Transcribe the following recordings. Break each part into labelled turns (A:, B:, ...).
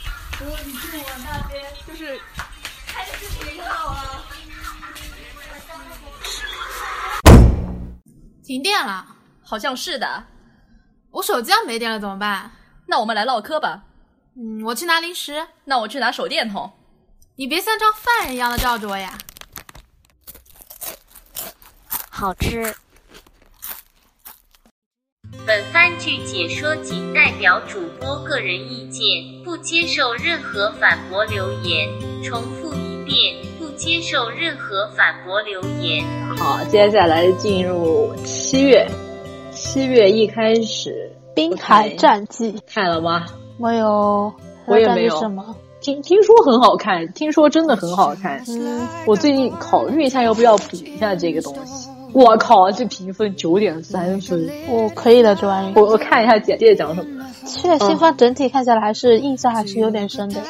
A: 你去我那边就是看着就挺好啊。
B: 停电了，
C: 好像是的。
B: 我手机要没电了怎么办？
C: 那我们来唠嗑吧。
B: 嗯，我去拿零食，
C: 那我去拿手电筒。
B: 你别像张犯人一样的照着我呀。
D: 好吃。
E: 本番剧解说仅代表主播个人意见，不接受任何反驳留言。重复一遍，不接受任何反驳留言。
F: 好，接下来进入七月，七月一开始，
G: 滨海战记
F: 看了吗？
G: 没有，
F: 我也没有
G: 什么。
F: 听听说很好看，听说真的很好看。
G: 嗯，
F: 我最近考虑一下要不要补一下这个东西。我靠，这评分九点三分，
G: 我可以的，这玩意
F: 我我看一下简介讲什么。
G: 七月新番整体看下来还是印象还是有点深的。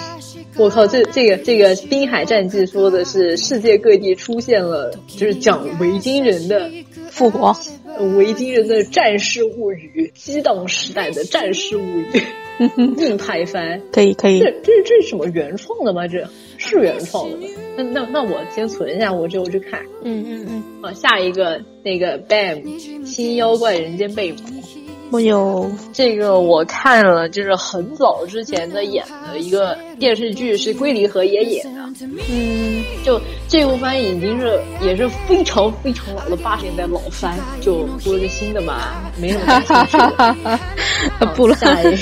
F: 我靠，这这个这个《滨海战记》说的是世界各地出现了，就是讲维京人的
G: 复国，
F: 呃维京人的战士物语，激荡时代的战士物语，硬派番。
G: 可以可以
F: 这，这这是什么原创的吗？这是原创的吗？那那那我先存一下，我这我去看。
G: 嗯嗯嗯，
F: 好，下一个那个 BAM 新妖怪人间被捕，
G: 没有，
F: 这个我看了，就是很早之前的演的一个电视剧，是龟梨和也演的。
G: 嗯，
F: 就这部番已经是也是非常非常老的八十年代老番，就播个新的吧，没什么感兴趣了。
G: 呃 不了，
F: 下一个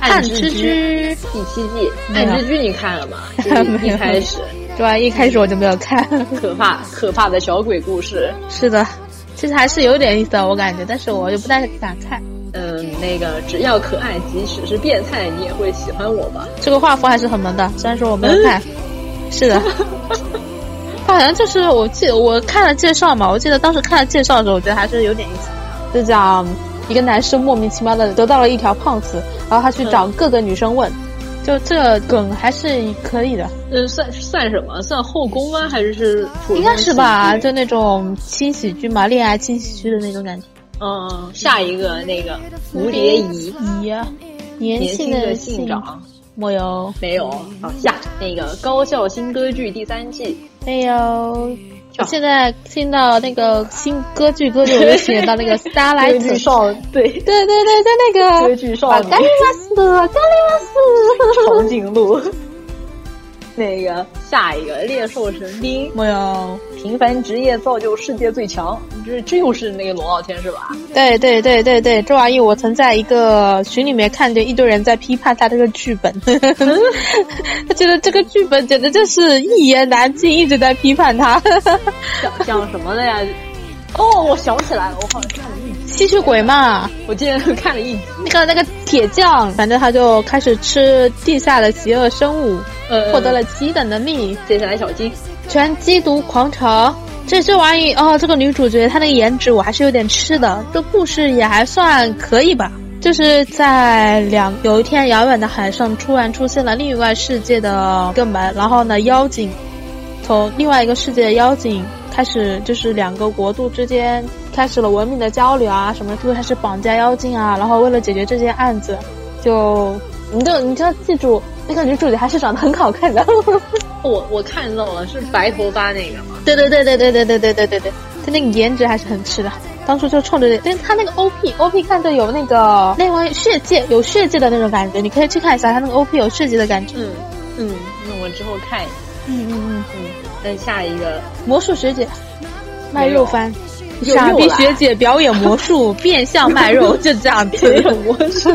G: 暗
F: 之
G: 之
F: 居第七季，
G: 没有
F: 暗之居你看了吗？就是
G: 没
F: 一
G: 有
F: 开始
G: 对吧？一开始我就没有看，
F: 可怕可怕的小鬼故事，
G: 是的，其实还是有点意思的，我感觉，但是我就不太敢看。
F: 嗯，那个只要可爱，即使是变态，你也会喜欢我吧？
G: 这个画风还是很萌的，虽然说我没有看。是 的，反正就是我记得我看了介绍嘛，我记得当时看了介绍的时候，我觉得还是有点意思。就讲一个男生莫名其妙的得到了一条胖子，然后他去找各个女生问，就这个梗还是可以的，
F: 嗯，算算什么？算后宫吗？还是是普通
G: 应该是吧？
F: 喜剧
G: 就那种轻喜剧嘛，恋爱轻喜剧的那种感觉。
F: 嗯，下一个那个蝴蝶仪，
G: 咦、嗯啊年
F: 年
G: 轻
F: 轻的
G: 信
F: 信长。
G: 没有，
F: 没有，好下那个高校新歌剧第三季，
G: 没有。
F: 叫
G: 我现在听到那个新歌剧歌剧，我就写到那个
F: 歌
G: Starlight
F: 剧少 对
G: 对对对对，那
F: 歌
G: 个
F: 剧少女
G: 咖喱 拉斯，咖喱拉斯。
F: 长颈鹿，那个下一个猎兽神兵，
G: 没有，
F: 平凡职业造就世界最强，这这又是那个龙傲天是吧？
G: 对对对对对，这玩意我曾在一个群里面看见一堆人在批判他这个剧本，他觉得这个剧本简直就是一言难尽，一直在批判他。
F: 讲讲什么的呀？哦，我想起来了，我好像看了一集，
G: 吸血鬼嘛，
F: 我竟然看了一集，
G: 那个那个铁匠，反正他就开始吃地下的邪恶生物，
F: 呃，
G: 获得了七等的命。
F: 接下来小金，
G: 全缉毒狂潮。这这玩意哦，这个女主角她那个颜值我还是有点吃的，这故事也还算可以吧。就是在两有一天遥远的海上，突然出现了另外世界的一个门，然后呢，妖精从另外一个世界的妖精开始，就是两个国度之间开始了文明的交流啊，什么就开始绑架妖精啊，然后为了解决这件案子，就你就你就要记住，那个女主角还是长得很好看的。
F: 哦我我看到了是白头发那个吗？
G: 对对对对对对对对对对对，他那个颜值还是很吃的。当初就冲着这，但是他那个 OP OP 看着有那个那玩意血界有血界的那种感觉，你可以去看一下他那个 OP 有血界的感觉。
F: 嗯嗯，那我之后看一下，
G: 嗯嗯嗯，
F: 嗯，那下一 个
G: 魔术学姐卖肉番，
F: 又
G: 傻逼
F: 又来
G: 学姐表演魔术变相卖肉，就这样 子。
F: 魔术，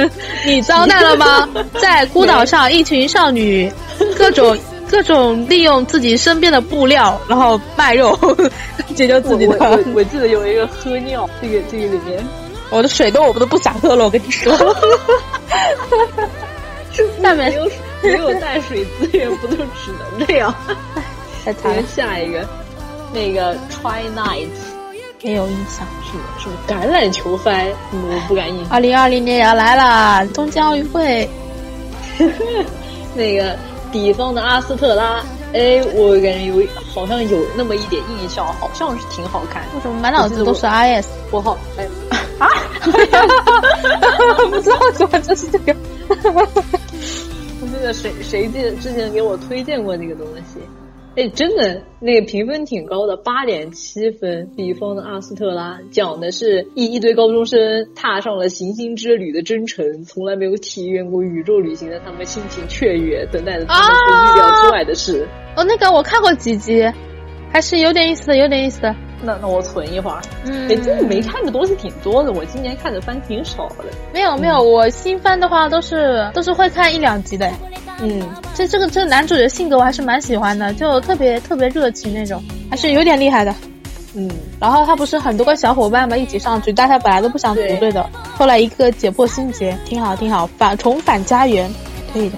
G: 你遭难了吗？ 在孤岛上，一群少女各种各种利用自己身边的布料，然后卖肉 解救自
F: 我
G: 己
F: 我
G: 的。
F: 我我记得有一个喝尿，这个这个里 面
G: 我的水都我都不想喝了，我跟你说。下面
F: 没有没 有淡水资源，不就只能这样？
G: 太
F: 接下一个，那个 Try Nights
G: 没有印象。
F: 是是橄榄球番，嗯我不敢 印象。
G: 二零二零年也要来了，东京奥运会。
F: 那个比方的阿斯特拉，哎，我感觉有好像有那么一点印象，好像是挺好看的。
G: 为什么满脑子都是 IS？
F: 我好哎，
G: 不知道怎么就是这个。
F: 我真的谁谁记得之前给我推荐过那个东西，哎，真的那个评分挺高的，八点七分。比方的阿斯特拉讲的是一一堆高中生踏上了行星之旅的征程，从来没有体验过宇宙旅行的他们心情雀跃，等待着他们做意料之外的事。
G: 哦，那个我看过几集，还是有点意思的，有点意思的。
F: 那那我存一会儿。
G: 嗯
F: 哎，，真的没看的东西挺多的，我今年看的番挺少的。
G: 没有没有，我新番的话都是都是会看一两集的。
F: 嗯，
G: 这这个这个男主角性格我还是蛮喜欢的，就特别特别热情那种，还是有点厉害的。
F: 嗯，
G: 然后他不是很多个小伙伴嘛一起上去，但他本来都不想组队的，后来一个解破心结，挺好挺好，返重返家园，可以的。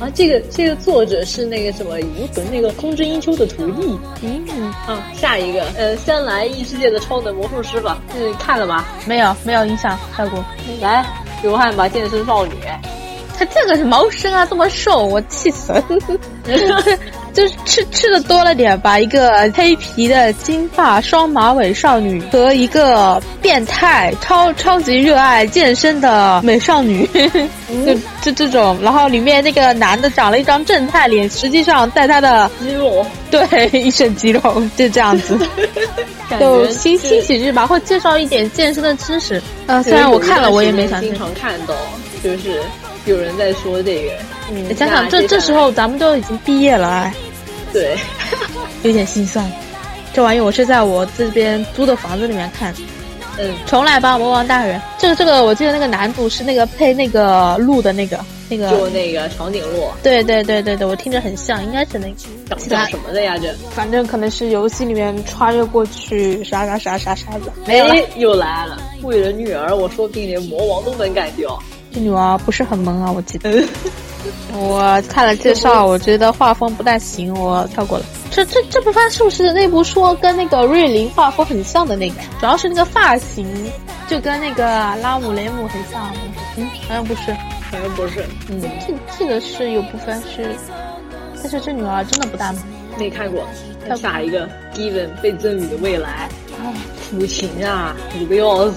F: 啊，这个这个作者是那个什么银魂那个空之英秋的徒弟。
G: 嗯，
F: 啊，下一个，呃，先来异世界的超能魔术师吧。嗯，看了吧？
G: 没有没有影响效果。
F: 来，刘汉吧，健身少女。
G: 他这个是毛生啊，这么瘦，我气死了。 就是吃吃的多了点吧，一个呃黑皮的金发双马尾少女和一个变态超超级热爱健身的美少女， 就就这种。然后里面那个男的长了一张正太脸，实际上在他的
F: 肌肉，
G: 对一身肌肉，就这样 子。
F: 感
G: 就
F: 觉
G: 新
F: 是
G: 新喜剧吧，会介绍一点健身的知识。呃，虽然我看了，我也没想
F: 经
G: 听。
F: 常看到，就是有人在说这个。嗯，
G: 哎想想
F: 那
G: 这
F: 接
G: 这
F: 下
G: 时
F: 来
G: 候咱们都已经毕业了，哎。
F: 对，
G: 有点心酸。这玩意我是在我这边租的房子里面看，
F: 嗯，
G: 重来吧，魔王大人。这个这个，我记得那个男主是那个配那个鹿的那个那
F: 就
G: 个，
F: 那个长颈鹿
G: 对对对对对，我听着很像，应该是那个。
F: 长
G: 其他
F: 叫什么的呀？这
G: 反正可能是游戏里面穿越过去啥啥啥啥啥的。没有了，
F: 哎，又来了，为了女儿，我说不定连魔王都能干哦掉。
G: 这女娃不是很萌啊，我记得。 我看了介绍，我觉得画风不太行，我跳过了。这这这部番是不是那部说跟那个瑞林画风很像的那个？主要是那个发型，就跟那个拉姆雷姆很像。嗯，好像不是，
F: 好像不是，嗯，
G: 这这个是有部分是，但是这女娃真的不大萌。
F: 没看过。
G: 看过
F: 下一个，Even 被赠予的未来，哎，苦情啊，苦的要死。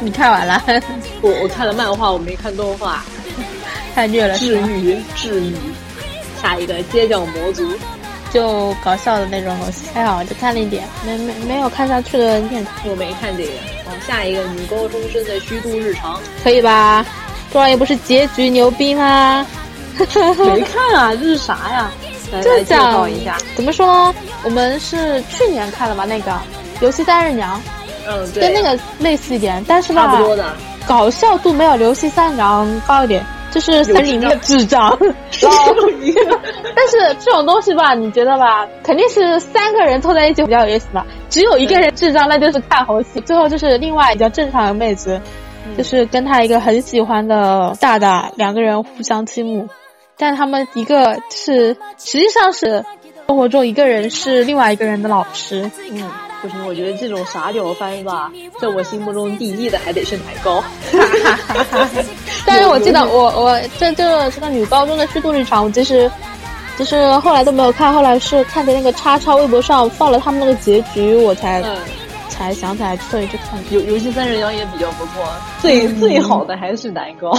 G: 你看完了，
F: 我我看了漫画，我没看动画，
G: 太虐了，
F: 治
G: 是吗？
F: 愈治愈。下一个街角魔族，
G: 就搞笑的那种东西，还好，就看了一点，没没没有看下去的念头，
F: 我没看这个。好，下一个女高中生的虚度日常，
G: 可以吧？终然也不是结局牛逼吗？
F: 没看啊，这是啥呀？来
G: 就
F: 来介
G: 讲
F: 绍一下，
G: 怎么说呢？我们是去年看的吧？那个《游戏三人娘》
F: 嗯，对，
G: 跟那个类似一点，但是吧，
F: 差不多的。
G: 搞笑度没有《游戏三人娘》高一点，就是森林的智障。然后
F: 哦
G: 但是这种东西吧，你觉得吧，肯定是三个人凑在一起比较有意思吧。只有一个人智障，那就是看猴戏。最后就是另外比较正常的妹子，就是跟她一个很喜欢的大大，两个人互相倾慕。但他们一个是实际上是生活中一个人是另外一个人的老师，
F: 嗯， 不行，我觉得这种傻屌番吧，在我心目中第一的还得是奶高。
G: 但是我记得我我这这这个女高中的虚度日常，我其实就是后来都没有看，后来是看的那个叉叉微博上放了他们那个结局，我才、
F: 嗯，
G: 才想起来特意去看。
F: 游游戏三人娘也比较不错，最、最好的还是奶 高。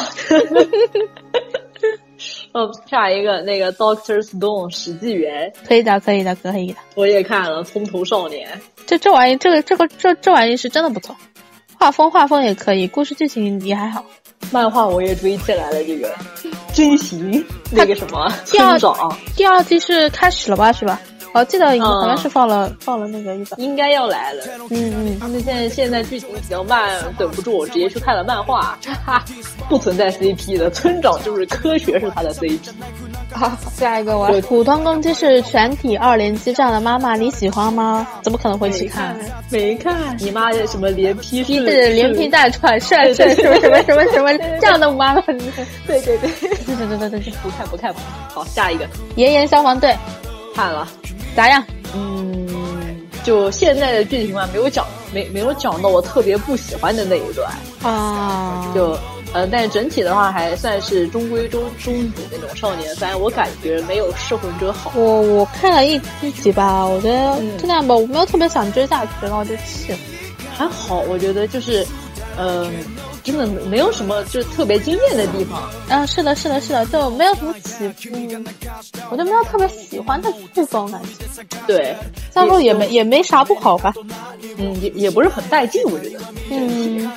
F: 哦，下一个那个 Doctor Stone 史纪元，
G: 可以的，可以的，可以的。
F: 我也看了《葱头少年
G: 这这玩意，这个这个这这玩意是真的不错，画风画风也可以，故事剧情也还好。》
F: 漫画，我也追起来了。这个真行，那个什么
G: 第二
F: 村长
G: 第二季是开始了吧？是吧？我记得应该
F: 嗯
G: 好像是放了、放了那个预告。
F: 应该要来了。
G: 嗯嗯，
F: 那现在现在剧情比较慢，等不住，我直接去看了漫 画。哈哈，不存在 CP 的村长就是科学是他的 CP。
G: 好，下一个我普通攻击是全体二连击战的妈妈，你喜欢吗？怎么可能会去看？
F: 没看你妈的什么连批
G: 一
F: 是
G: 是连皮带串帅帅什么什么什么什么这样的妈妈，对
F: 对对对，
G: 对对对对对，
F: 不看不看不看。好，下一个
G: 炎炎消防队
F: 看了，
G: 咋样？
F: 嗯，就现在的剧情啊嘛，没有讲没没有讲到我特别不喜欢的那一段，
G: 啊，
F: 就。呃，但整体的话还算是中规中中矩那种少年番，我感觉没有《噬魂者》好。
G: 我我看了一一集吧，我觉得
F: 嗯
G: 就那样吧，我没有特别想追下去，然后我就弃了。
F: 还好，我觉得就是嗯、真的没有什么就是特别惊艳的地方。
G: 嗯，是的，是的，是的，就没有什么起伏，嗯，我就没有特别喜欢的这种感觉。
F: 对，
G: 但是也没也没啥不好吧。
F: 嗯，也也不是很带劲，我觉得。
G: 嗯，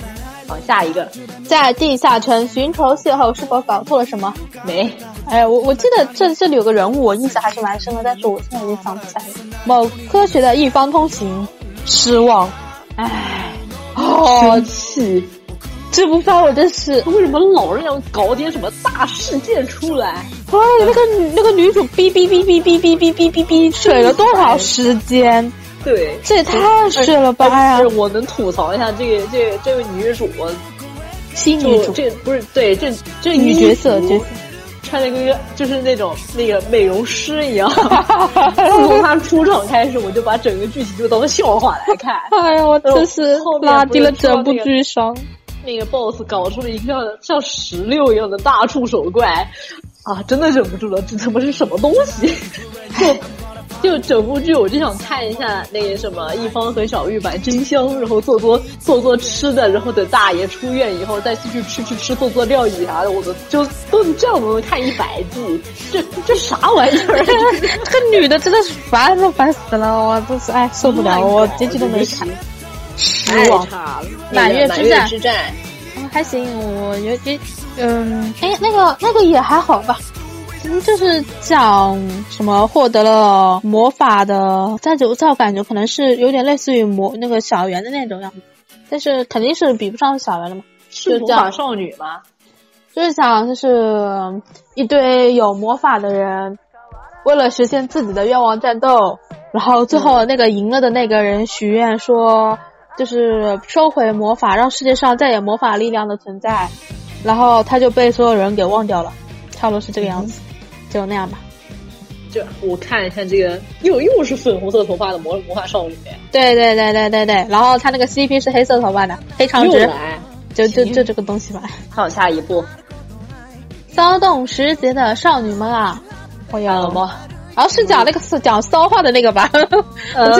F: 好，下一个
G: 在地下城寻仇邂逅，是否搞错了什么？
F: 没，
G: 哎，我我记得这这里有个人物，我印象还是蛮深的，但是我现在已经想不起来了。某科学的一方通行，失望，唉，哦
F: 生，气，
G: 这部番我真是，
F: 为什么老让搞点什么大事件出来？
G: 哎，那个女那个女主哔哔哔哔哔哔哔哔哔哔水了多少时间？
F: 对，
G: 这也太水了吧呀
F: 但！是我能吐槽一下这个这个这位女主，
G: 新女
F: 就
G: 主，
F: 这不是对这这
G: 女
F: 衣
G: 角色
F: 服
G: 角色
F: 穿的跟个就是那种那个美容师 一样。自从她出场开始，我就把整个剧情就当笑话来看。
G: 哎呀，我真是
F: 后面
G: 拉
F: 不
G: 低
F: 是
G: 了
F: 说
G: 整部
F: 那个
G: 剧伤。
F: 那个 boss 搞出了一个像像石榴一样的大触手怪，啊，真的忍不住了，这他妈是什么东西？就就整部剧，我就想看一下那个什么一方和小玉版真香，然后做做做做吃的，然后等大爷出院以后再继续吃吃吃做做料理啥的，我们就都这样，我们看一百季，这这啥玩意儿？
G: 这个女的真的是烦，都烦死了，我真是哎受不了，我结局都没看，失
F: 太
G: 望。
F: 差了！
G: 满月之战
F: 之战，
G: 嗯还行，我有点，嗯，哎，那个那个也还好吧。嗯，就是讲什么获得了魔法的，但就在我感觉可能是有点类似于魔那个小圆的那种样子，但是肯定是比不上小圆的嘛。
F: 是魔法少女吗？
G: 就是想，就是一堆有魔法的人，为了实现自己的愿望战斗，然后最
F: 嗯
G: 后那个赢了的那个人许愿说，就是收回魔法，让世界上再有魔法力量的存在，然后他就被所有人给忘掉了，差不多是这个样子，
F: 嗯
G: 就那样吧。
F: 这我看一下这个，又又是粉红色头发的魔魔法少女，
G: 对对对对对对，然后他那个 CP 是黑色头发的，黑长
F: 又
G: 直，
F: 来，
G: 就就就这个东西吧。
F: 还有下一部，
G: 骚动时节的少女们啊，我
F: 还有
G: 有
F: 吗？
G: 然后是讲那个是讲骚话的那个吧，
F: 呃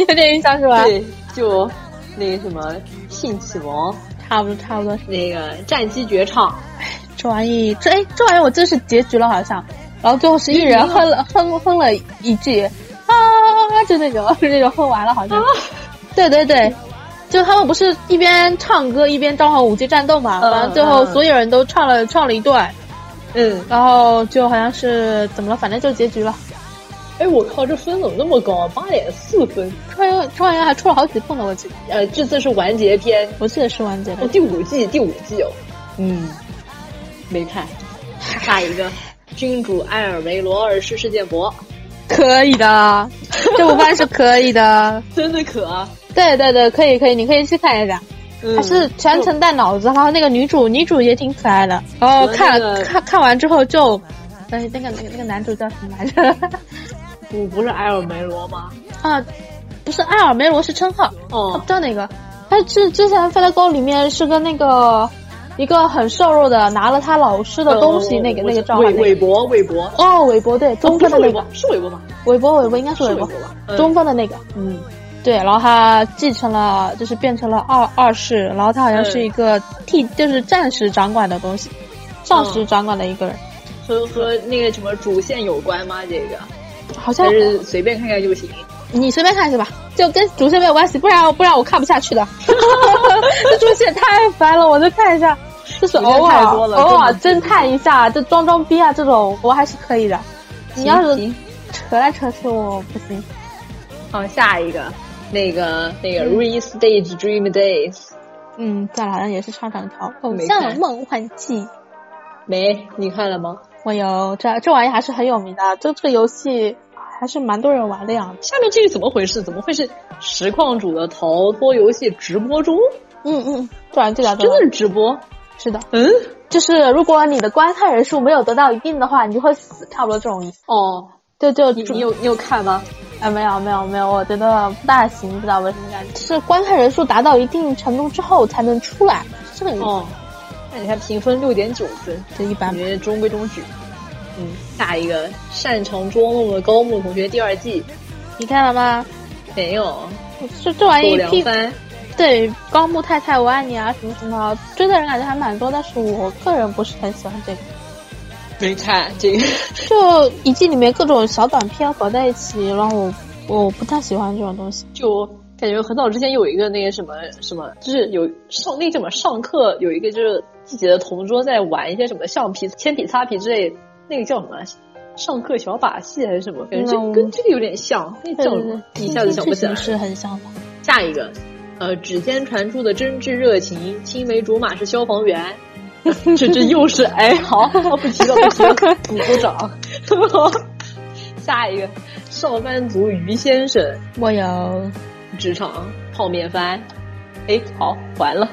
G: 有点印象是吧？
F: 对，就那个什么性启蒙，
G: 差不多差不多。
F: 那个战机绝唱，
G: 这玩意这哎这玩意我真是结局了好像，然后最后是一人哼了哼哼了一句啊，就那种 就那种哼完了好像。对对对，就他们不是一边唱歌一边召唤武器战斗嘛，
F: 嗯
G: 反正最后
F: 嗯
G: 所有人都唱了唱了一段，
F: 嗯，
G: 然后就好像是怎么了，反正就结局了。
F: 哎，我靠，这分怎么那么高啊？八点四分，
G: 创元创元还出了好几部呢，我记得，
F: 呃，这次是完结篇，
G: 我记得是完结
F: 哦，
G: 的。
F: 第五季，第五季哦，嗯，没看，下一个。君主埃尔维罗二世世界博，
G: 可以的，这部番是可以的。
F: 真的可啊！
G: 对对对，可以可以，你可以去看一下。
F: 嗯
G: 它是全程带脑子，然后那个女主女主也挺可爱的。然后看
F: 和那
G: 了
F: 个
G: 看看完之后就，哎，那个那个那个男主叫什么来着？
F: 不不是埃尔梅罗吗？
G: 啊，不是艾尔梅罗是称号，他
F: 哦
G: 不，叫那个。他是之前《飞来高》里面是跟那个一个很瘦弱的拿了他老师的东西，那个
F: 嗯我
G: 那个召
F: 韦
G: 唤那
F: 韦
G: 个。
F: 伯韦伯，
G: 哦，韦伯对，中
F: 不
G: 分
F: 是
G: 的
F: 韦
G: 那
F: 伯
G: 个，
F: 是韦伯吗？
G: 韦伯韦伯应该是
F: 是
G: 韦
F: 韦
G: 伯
F: 伯，吧？嗯
G: 中分的那个。
F: 嗯，
G: 对，然后他继承了，就是变成了二二世，然后他好像
F: 嗯
G: 是一个替，就是暂时掌管的东西，暂
F: 嗯
G: 时掌管的一个人，
F: 和和那个什么主线有关吗？这个
G: 好像
F: 还是随便看看就行。
G: 你随便看去吧，就跟主线没有关系，不然不然我看不 下去的。这主线太烦了，我就看一下，就是偶
F: 主
G: 尔
F: 线太多了
G: 偶尔
F: 真
G: 侦
F: 的
G: 探一下，就装装逼啊这种，我还是可以的。你要是
F: 行
G: 扯来扯去，我不行。
F: 好，下一个，那个那个 Restage Dream Days，
G: 嗯，再来好像也是唱唱条《偶
F: 没
G: 像
F: 看
G: 梦幻季》。
F: 没你看了吗？
G: 我有这这玩意还是很有名的，就这个游戏还是蛮多人玩的样子。
F: 下面这个怎么回事？怎么会是实况主的逃脱游戏直播中？
G: 嗯嗯，这玩意最了
F: 真的是直播？
G: 是的，
F: 嗯，
G: 就是如果你的观看人数没有得到一定的话，你就会死，差不多这种意思。
F: 哦，
G: 就就
F: 你你有你有看吗？
G: 啊、没有没有没有，我觉得不大行，不知道为什么感觉是观看人数达到一定程度之后才能出来，是这个意思。
F: 哦，那你看评分六点九分，
G: 就一般
F: 感，觉中规中矩。嗯，下一个擅长捉弄的高木同学第二季
G: 你看了吗？
F: 没有，
G: 这这玩
F: 狗
G: 意
F: 粮
G: 屁
F: 番
G: 对高木太太我爱你啊什么什么，追的人感觉还蛮多，但是我个人不是很喜欢这个。
F: 没看这 个，
G: 就一季里面各种小短片合在一起，然后我我不太喜欢这种东西。
F: 就感觉很早之前有一个那个什么什么，就是有上那个什么上课有一个就是自己的同桌在玩一些什么橡皮、铅笔、擦皮之类，那个叫什么？上课小把戏还是什么？感觉这
G: 嗯
F: 跟这个有点像，那个叫什么？一下子想不起来
G: 这。是很像的。
F: 下一个，呃，指尖传出的真挚热情，青梅竹马是消防员， 这这又是哎，好，不提 了，不提了，鼓鼓掌。 下一个，上班族于先生，
G: 我有
F: 职场泡面番，哎，好，完了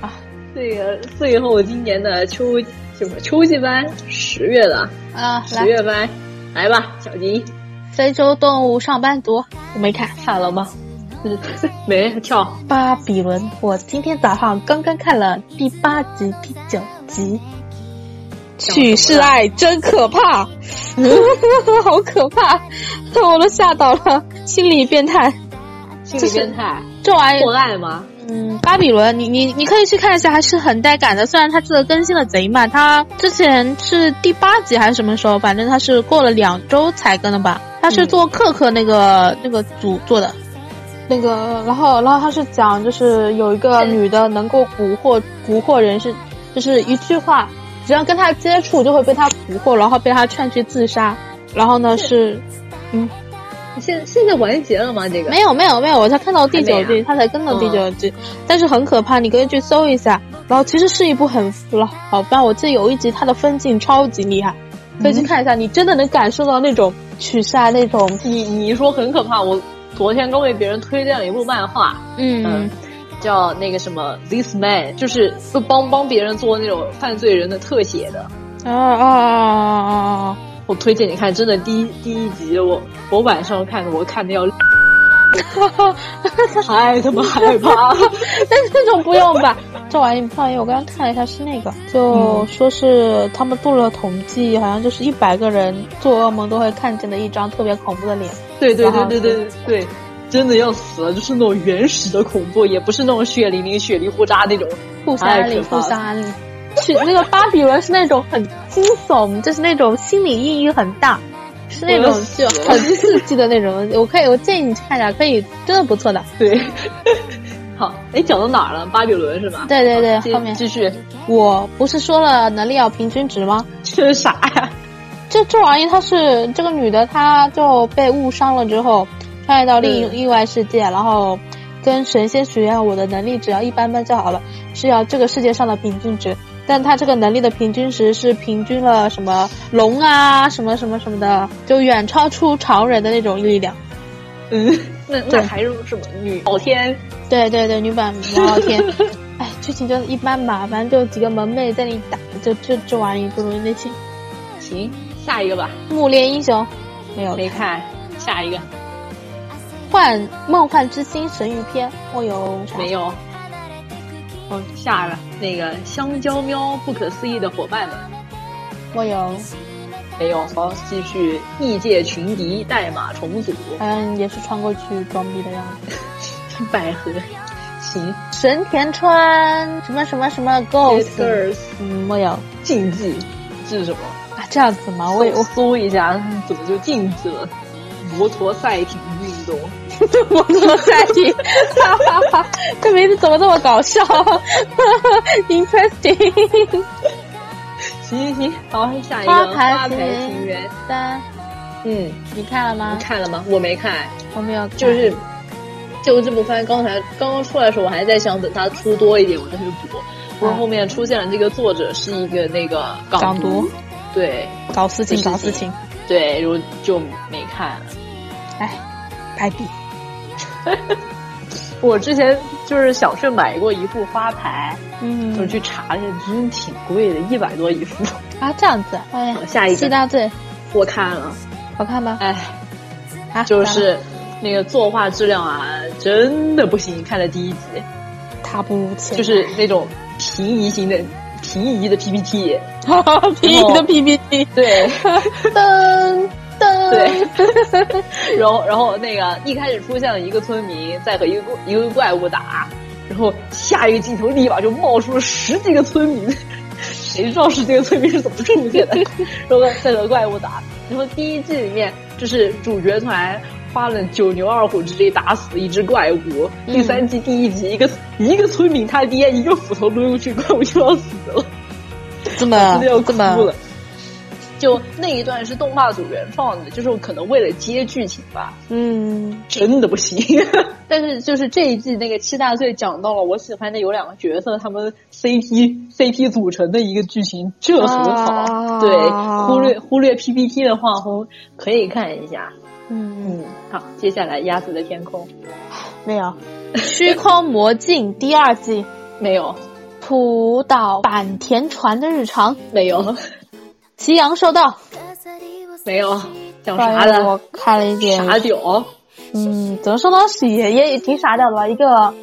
G: 啊。
F: 这个最后今年的秋什么秋季番，十月的
G: 啊，
F: 十
G: 来
F: 月番，来吧，小吉，
G: 非洲动物上班族，我没看。
F: 看了吗？嗯， 没跳，
G: 巴比伦，我今天早上刚刚看了第八集、第九集。许世爱真可怕，嗯 好可怕，我都吓到了，心理变态。
F: 心理变态，
G: 这玩意
F: 破案吗？
G: 嗯，巴比伦，你你你可以去看一下，还是很带感的。虽然它这个更新的贼慢，它之前是第八集还是什么时候，反正它是过了两周才更的吧。它是做克克那个、那个组做的，嗯那个，然后然后它是讲就是有一个女的能够蛊惑蛊惑人是，就是一句话，只要跟她接触就会被她蛊惑，然后被她劝去自杀。然后呢是
F: 现现在完结了吗？这个
G: 没有没有没有，我才看到第九
F: 还没啊嗯
G: 季，他才跟到第九季，但是很可怕，你可以去搜一下。然后其实是一部很老好番，我记得有一集它的分镜超级厉害，可
F: 嗯
G: 以去看一下，你真的能感受到那种取下那种
F: 你你一说很可怕，我昨天刚为别人推荐了一部漫画，嗯
G: 嗯，
F: 叫那个什么《This Man》，就是就帮帮别人做那种犯罪人的特写的。
G: 啊啊啊啊啊啊！
F: 我推荐你看，真的第一第一集我我晚上看的，我看 的要太他妈害怕了。
G: 但是这种不用吧？这玩意不好意思，我刚刚看了一下是那个，
F: 嗯
G: 就说是他们做了统计，好像就是一百个人做噩梦都会看见的一张特别恐怖的脸。
F: 对对对对对对，真的要死了，就是那种原始的恐怖，也不是那种血淋淋、血里胡渣那种。
G: 互相安利，
F: 太可怕了
G: 互相安利。去那个巴比伦是那种很惊悚，就是那种心理意义很大，是那种
F: 我要死
G: 就
F: 了
G: 很刺激的那种。我可以，我建议你去看一下，可以，真的不错的。
F: 对， 好，哎，讲到哪儿了？巴比伦是吧？
G: 对对对，
F: 继
G: 后面
F: 继续，
G: 我不是说了能力要平均值吗？
F: 这是啥呀？
G: 这这玩意它是这个女的，她就被误伤了之后，穿越到另一
F: 嗯
G: 另外世界，然后跟神仙许愿，我的能力只要一般般就好了，是要这个世界上的平均值。但她这个能力的平均值是平均了什么龙啊，什么什么什么的，就远超出常人的那种力量。
F: 嗯，那那
G: 对
F: 还是什么女老天？
G: 对对对，女版王傲天，哎，剧情就一般吧，反正就几个萌妹在那里打，就就这玩意不容易内心。
F: 行，下一个吧，
G: 木莲英雄没有
F: 没看，下一个
G: 幻梦幻之星神域篇，我有啥
F: 没？有。哦，下一个那个香蕉喵不可思议的伙伴们
G: 我有，
F: 没有。好，继续异界群敌代码重组，
G: 好像嗯也是穿过去装逼的样子。
F: 百合，行
G: 神田川什么什么什么
F: ，Dead
G: Ghost，
F: Girls
G: 嗯，我有
F: 竞技这是什么？
G: 啊，这样子吗？我
F: 我
G: 有
F: 我搜一下，怎么就竞技了？摩托赛艇运动，
G: 摩托赛艇，哈哈哈， 这名字怎么这么搞笑 ？Interesting，
F: 行行行，好，下一个
G: 花牌
F: 花牌
G: 情人
F: 情缘，
G: 三，
F: 嗯，
G: 你看了
F: 你
G: 吗？
F: 看了吗？我没看，
G: 我没有看，
F: 就是就这部番刚才刚刚出来的时候，我还在想等它出多一点我再去补。不过后面出现了这个作者是一个那个嗯港
G: 港独，
F: 对
G: 搞事情，
F: 嗯不是
G: 搞事情，
F: 对，我就没看了。
G: 哎，白笔，
F: 我之前就是小顺买过一副花牌，
G: 嗯
F: 我去查了一下，真挺贵的，一百多一副。
G: 啊，这样子，哎
F: 好，下一个
G: 七大罪
F: 我看 了，
G: 好看吗？
F: 哎，
G: 啊，
F: 就
G: 咋了
F: 是那个作画质量啊，真的不行。看了第一集，
G: 他不如前，
F: 就是那种平移型的平移的 PPT，
G: P 的 PPT，
F: 对。
G: 噔噔，
F: 对，然后然后那个一开始出现了一个村民在和一个一个怪物打，后，下一个镜头立马就冒出了十几个村民， 谁知道十几个村民是怎么出现的？ 然后再和怪物打。然后第一季里面就是主角团花了九牛二虎之力打死一只怪物。第
G: 嗯
F: 三季第一集，一个一个村民他爹一个斧头抡过去，怪物就要死了。
G: 这
F: 我
G: 么
F: 真的要
G: 啊
F: 哭
G: 这么
F: 了。就那一段是动画组原创的，就是可能为了接剧情吧，
G: 嗯，
F: 真的不行。 但是就是这一季那个七大罪讲到了我喜欢的有两个角色，他们 CP CP 组成的一个剧情，这很好。
G: 啊
F: 对，忽略忽略 PPT 的画风可以看一下。
G: 嗯，
F: 嗯，好，接下来鸭子的天空
G: 没有，《虚空魔境》第二季，
F: 没有
G: 浦岛坂田船的日常，
F: 没 有
G: 祁阳收到。
F: 没有，啊讲啥
G: 关于
F: 的？
G: 我看了一点，
F: 傻 屌。
G: 嗯，怎么说呢，是也也挺傻屌的吧？一个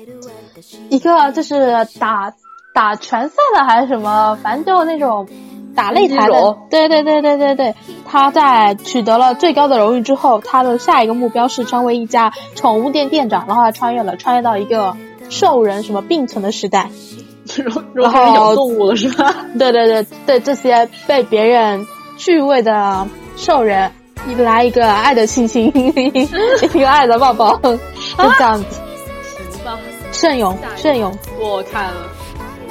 G: 一个就是打打拳赛的还是什么，反正就那种打擂台
F: 那
G: 的
F: 种。
G: 对对对对对对，他在取得了最高的荣誉之后，他的下一个目标是成为一家宠物店店长，然后他穿越了，穿越到一个兽人什么并存的时代。
F: 然后然后开始养动物了是吧？
G: 对对对对，这些被别人趣味的兽人，一个来一个爱的亲亲， 一个爱的抱抱，就这样子。圣勇，圣勇，
F: 我看了，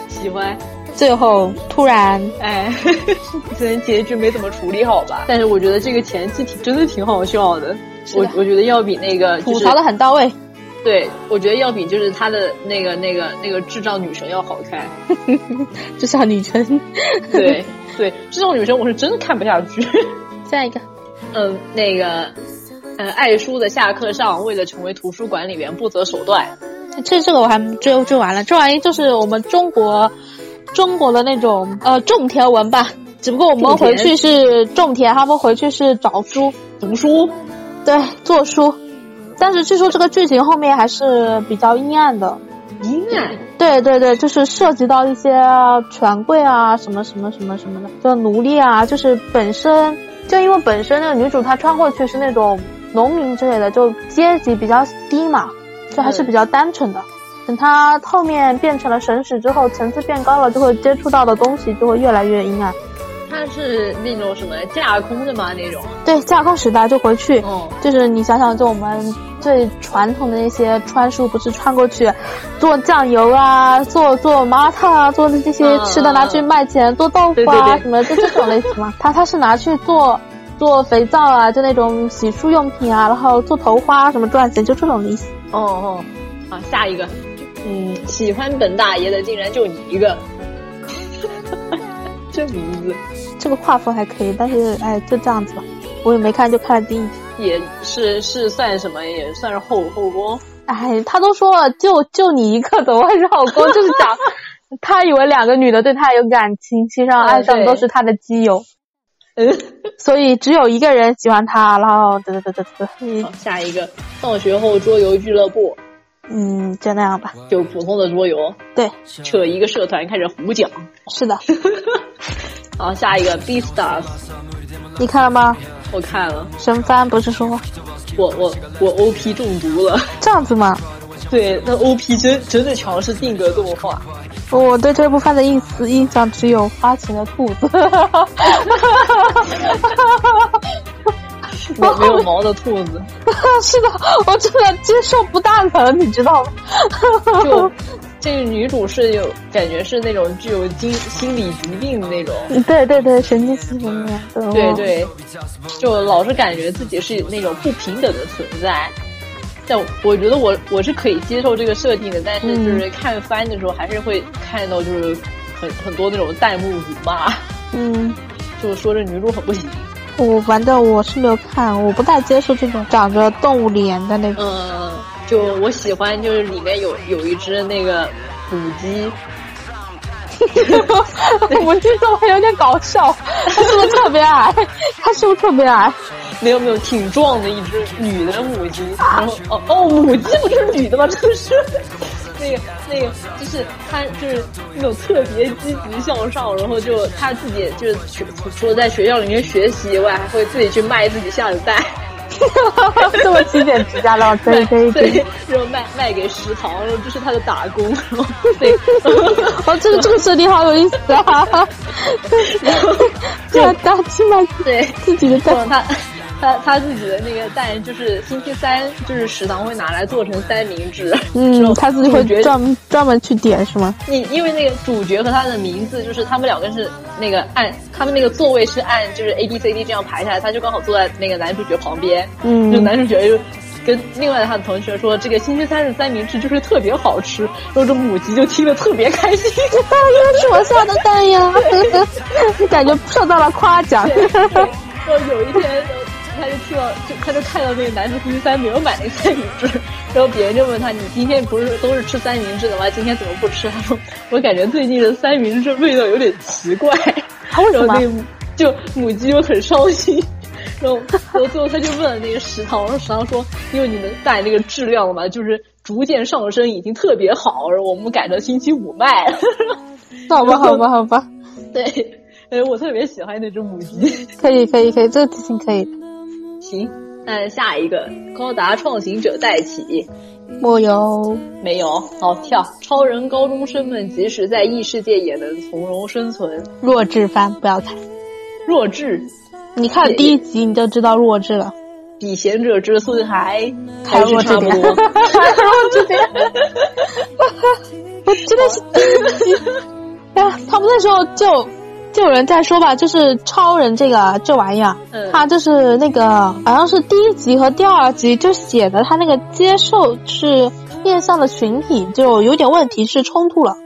F: 喜欢。
G: 最后突然，
F: 哎， 虽然结局没怎么处理好吧，但是我觉得这个前期挺真的挺好笑的。
G: 是
F: 我
G: 的
F: 我觉得要比那个、就是、
G: 吐槽的很到位，
F: 对，我觉得要比就是他的那个那个那个智障女神要好看。
G: 就像女神。
F: 对对，智障女神我是真的看不下去。
G: 下一个，
F: 嗯，那个，呃，爱书的下课上为了成为图书管理员不择手段。
G: 这这个我还追追完了，这玩意就是我们中国中国的那种呃种田文吧，只不过我们
F: 种
G: 回
F: 田
G: 去是种田，他们回去是找书。
F: 读书，
G: 对，做书。但是据说这个剧情后面还是比较阴暗的。
F: 阴暗，
G: 对对对，就是涉及到一些权贵啊，什么什么什么什么的，就奴隶啊，就是本身就因为本身那个女主她穿过去是那种农民之类的，就阶级比较低嘛，就还是比较单纯的。等她后面变成了神使之后，层次变高了，就会接触到的东西就会越来越阴暗。
F: 他是那种什么架空的吗？那种？
G: 对，架空时代就回去，
F: 哦，
G: 就是你想想，就我们最传统的那些穿书，不是穿过去做酱油啊，做做麻辣烫啊，做那这些
F: 嗯
G: 吃的拿去卖钱，做豆腐啊
F: 对对对
G: 什么的，就这种类型嘛。他他是拿去做做肥皂啊，就那种洗漱用品啊，然后做头花啊什么赚钱，就这种意思。
F: 哦哦，好，下一个，嗯，喜欢本大爷的竟然就你一个， 这名字
G: 这个画风还可以，但是哎，就这样子吧。我也没看，就看了第一集。
F: 也是是算什么？也算是后后宫。
G: 哎，他都说了，就就你一个，怎么会是后 宫？就是讲，他以为两个女的对他有感情，其实上
F: 啊
G: 爱上
F: 对
G: 都是他的基友，
F: 嗯，
G: 所以只有一个人喜欢他，然后得得得得得
F: 好，，下一个，放学后桌游俱乐部，
G: 嗯，就那样吧。
F: 就普通的桌游，
G: 对，
F: 扯一个社团开始胡讲。
G: 是的，
F: 好，下一个 B Stars，
G: 你看了吗？
F: 我看了，
G: 神帆不是说
F: 我我我 OP 中毒了。
G: 这样子吗？
F: 对，那 OP 真真的强是定格动画，
G: 我对这部番的印思印象只有花钱的兔子，
F: 没没有毛的兔子。
G: 是的，我真的接受不大了，你知道吗？
F: 就这个女主是有感觉是那种具有精心理疾病的那种，
G: 对对对，神经系统的，
F: 对
G: 对
F: 对，就老是感觉自己是那种不平等的存在。但我觉得我我是可以接受这个设定的，但是就是看番的时候还是会看到就是很很多那种弹幕辱骂，
G: 嗯。
F: 就说这女主很不行。
G: 我反正我是没有看，我不太接受这种长着动物脸的 那种。
F: 嗯，就我喜欢就是里面有有一只那个母鸡，
G: 我这种还有点搞笑，它是不是特别矮？它是不是特别矮？
F: 没有没有，挺壮的一只女的母鸡，然后哦哦，母鸡不是女的吗？真是。那个那个，就是它就是那种特别积极向上，然后就它自己就是除除了在学校里面学习以外，还会自己去卖自己下的蛋。
G: 这么起点直加料，可以可以可以。
F: 对，然后卖卖给食堂，然后这是他的打工，然后被
G: 哦，这个这个设定好有意思啊！这样 大去买
F: 对
G: 自己的蛋，
F: 他他他自己的那个蛋，就是星期三就是食堂会拿来做成三明治，之
G: 嗯
F: 后，
G: 他自己会
F: 主角
G: 专门专门去点是 吗？
F: 你因为那个主角和他的名字，就是他们两个是那个按他们那个座位是按就是 A B C D 这样排下来，他就刚好坐在那个男主角旁边，就
G: 嗯，
F: 男主角就跟另外他的同学说，这个星期三是三明治，就是特别好吃，然后这母鸡就听得特别开心，
G: 这哎是我下的蛋呀！ 感觉受到了夸奖。
F: 然后有一天，他就听到，就他就看到那个男生星期三没有买那个三明治，然后别人就问他：“你今天不是都是吃三明治的吗？今天怎么不吃？”他说：“我感觉最近的三明治味道有点奇怪。”
G: 他为什
F: 然后
G: 么
F: 那？个就母鸡就很伤心。然后，然后最后他就问了那个食堂，然后食堂说：“因为你们带那个质量嘛，就是逐渐上升，已经特别好，然后我们改成星期五卖了。
G: 好吧好吧好吧，”
F: 对，哎，我特别喜欢那只母鸡。
G: 可以可以可以，这个提醒可以。
F: 行，那下一个高达创行者代起
G: 木有，
F: 没有？好跳，超人高中生们即使在异世界也能从容生存。
G: 弱智番不要看。
F: 弱智
G: 你看第一集你就知道弱智了，
F: 比贤者之孙还还是
G: 弱智
F: 差不
G: 点
F: 多。
G: 我真的是第一集。哎呀，他们那时候就就有人在说吧，就是超人这个这玩意儿，
F: 嗯
G: 他就是那个好像是第一集和第二集就写的他那个接受是面向的群体就有点问题，是冲突了。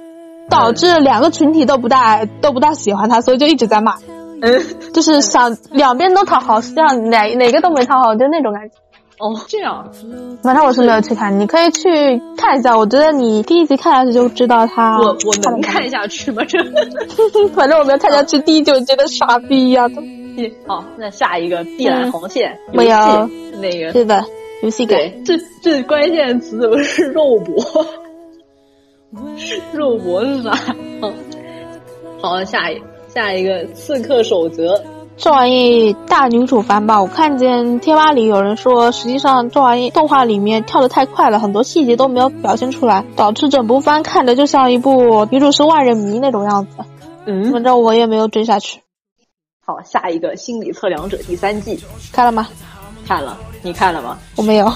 G: 导致两个群体都不大都不大喜欢他，所以就一直在骂，
F: 嗯，
G: 就是想两边都讨好，实际上哪哪个都没讨好，就那种感觉。
F: 哦，这样，
G: 反正我是没有去看，你可以去看一下。我觉得你第一集看下去就知道他。
F: 我我
G: 他的
F: 能看下去吗？这
G: 反正我没有看下去，第一集我觉得傻逼啊呀、
F: 嗯
G: 都
F: 好，那下一
G: 嗯
F: 个碧蓝航线
G: 没有
F: 游戏那个
G: 对的，游戏感。
F: 对，这这关键词怎么是肉 搏？肉搏是啥？好，好，下一下一个《刺客守则》
G: 这玩意大女主番吧，我看见贴吧里有人说，实际上这玩意动画里面跳的太快了，很多细节都没有表现出来，导致整部番看着就像一部女主是万人迷那种样子。
F: 嗯，
G: 反正我也没有追下去，
F: 好，下一个《心理测量者》第三季
G: 看了吗？
F: 看了，你看了吗？
G: 我没有，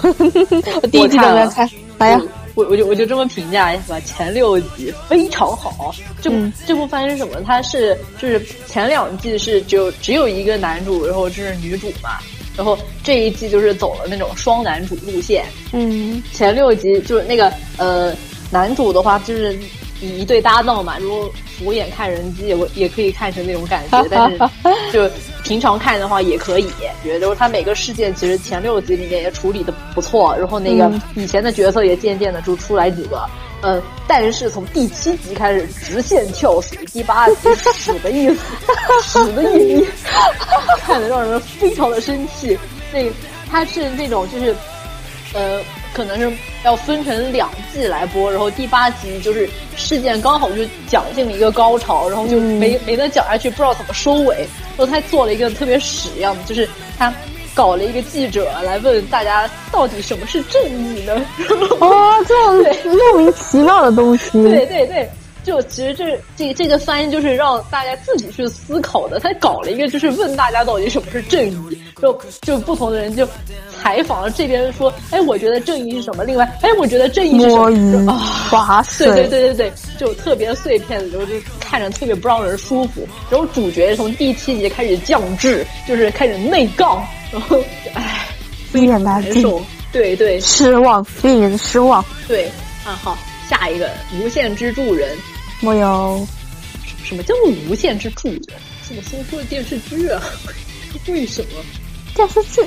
G: 我 第一季都没有看。来哎呀，
F: 我我就我就这么评价一下吧，前六集非常好。这部、
G: 嗯
F: 这部番是什么？它是就是前两季是只有只有一个男主，然后这是女主嘛，然后这一季就是走了那种双男主路线。
G: 嗯
F: 前六集就是那个呃，男主的话就是以一对搭档嘛，如果俯眼看人机也会也可以看成那种感觉，但是就平常看的话也可以。觉得他每个事件其实前六集里面也处理的不错，然后那个
G: 嗯
F: 以前的角色也渐渐的就出来几个。呃，但是从第七集开始直线跳水，第八集是屎的意思，屎的意义，看得让人非常的生气。那个它是那种就是呃，可能是要分成两季来播，然后第八集就是事件刚好就讲进了一个高潮，然后就没、没能讲下去，不知道怎么收尾。然后他做了一个特别屎一样的，就是他搞了一个记者来问大家到底什么是正义呢？
G: 哦，这种莫名其妙的东西，
F: 对对对，就其实这这这个翻译就是让大家自己去思考的。他搞了一个就是问大家到底什么是正义，就就不同的人就采访这边说，哎，我觉得正义是什么？另外，哎，我觉得正义是什么？
G: 摸鱼
F: 就啊、
G: 划
F: 对
G: 水，
F: 对对对对，就特别碎片的，然后就看着特别不让人舒服。然后主角从第七集开始降智，就是开始内杠，然后 唉，
G: 越南
F: 难
G: 地
F: 受。 对对
G: 失望，令人失望。
F: 对，啊好，下一个无限之助人，
G: 没有，
F: 什么叫做无限之助人？这么新出的电视剧啊？为什么？
G: 电视剧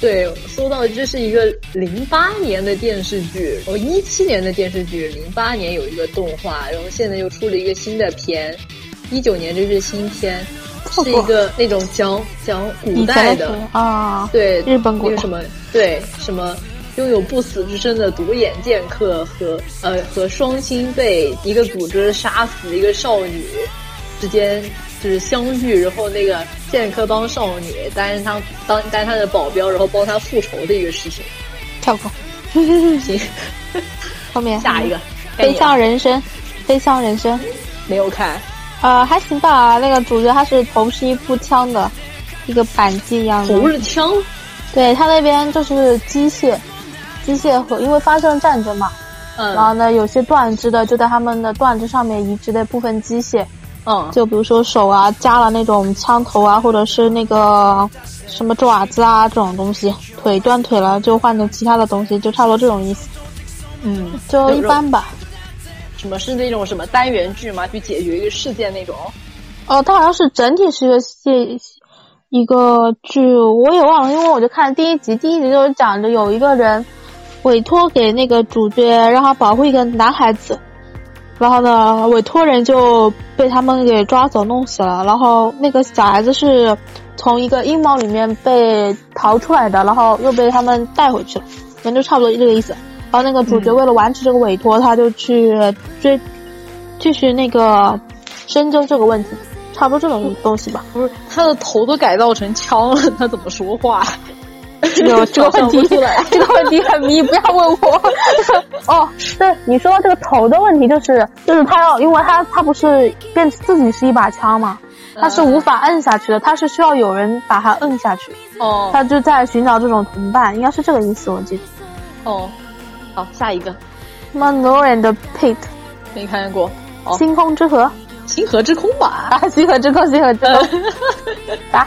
F: 对，我搜到这是一个零八年的电视剧，哦，一七年的电视剧，零八年有一个动画，然后现在又出了一个新的片，一九年这是新片，
G: 错
F: 是
G: 过
F: 一个那种讲讲古
G: 以
F: 代
G: 前
F: 的，
G: 的啊，
F: 对，
G: 日本古
F: 那个
G: 代
F: 什么，对什么。拥有不死之身的独眼剑客和呃和双亲被一个组织杀死一个少女之间就是相遇，然后那个剑客帮少女担任他当担任他的保镖，然后帮他复仇的一个事情。
G: 跳过嗯
F: 行，
G: 后面
F: 下一 个，该
G: 飞
F: 你了
G: 向人生，飞向人生。
F: 没有看，
G: 呃，还行吧。那个主角他是头是一步枪的，一个扳机一样的。
F: 头是枪，
G: 对他那边就是机械，机械和因为发生了战争嘛，
F: 嗯
G: 然后呢，有些断肢的就在他们的断肢上面移植的部分机械，
F: 嗯，
G: 就比如说手啊，加了那种枪头啊，或者是那个什么爪子啊这种东西，腿断腿了就换成其他的东西，就差不多这种意思，
F: 嗯，
G: 就一般吧。
F: 什么是那种什么单元剧嘛，去解决一个事件那种。
G: 哦，它好像是整体是一个系一个剧，我也忘了，因为我就看了第一集，第一集就是讲着有一个人委托给那个主角让他保护一个男孩子，然后呢，委托人就被他们给抓走弄死了，然后那个小孩子是从一个阴谋里面被逃出来的，然后又被他们带回去了，反正就差不多这个意思。然后那个主角为了完成这个委托，他就去追，继续那个深究这个问题，差不多这种东西 吧。
F: 不是他的头都改造成枪了， 他怎么说话？
G: 这个 这个问题， 这个问题很迷，不要问我。 哦，对，你说到这个头的问题，就是就是他要，因为他他不是变自己是一把枪嘛，他是无法摁下去的，他是需要有人把他摁下去，
F: 哦
G: 他就在寻找这种同伴，应该是这个意思，我记得。
F: 哦，好，下一个
G: Manor and Pit，
F: 没看过哦
G: 星空之河
F: 《星河之空》吧？
G: 啊，星河之空，星河之空打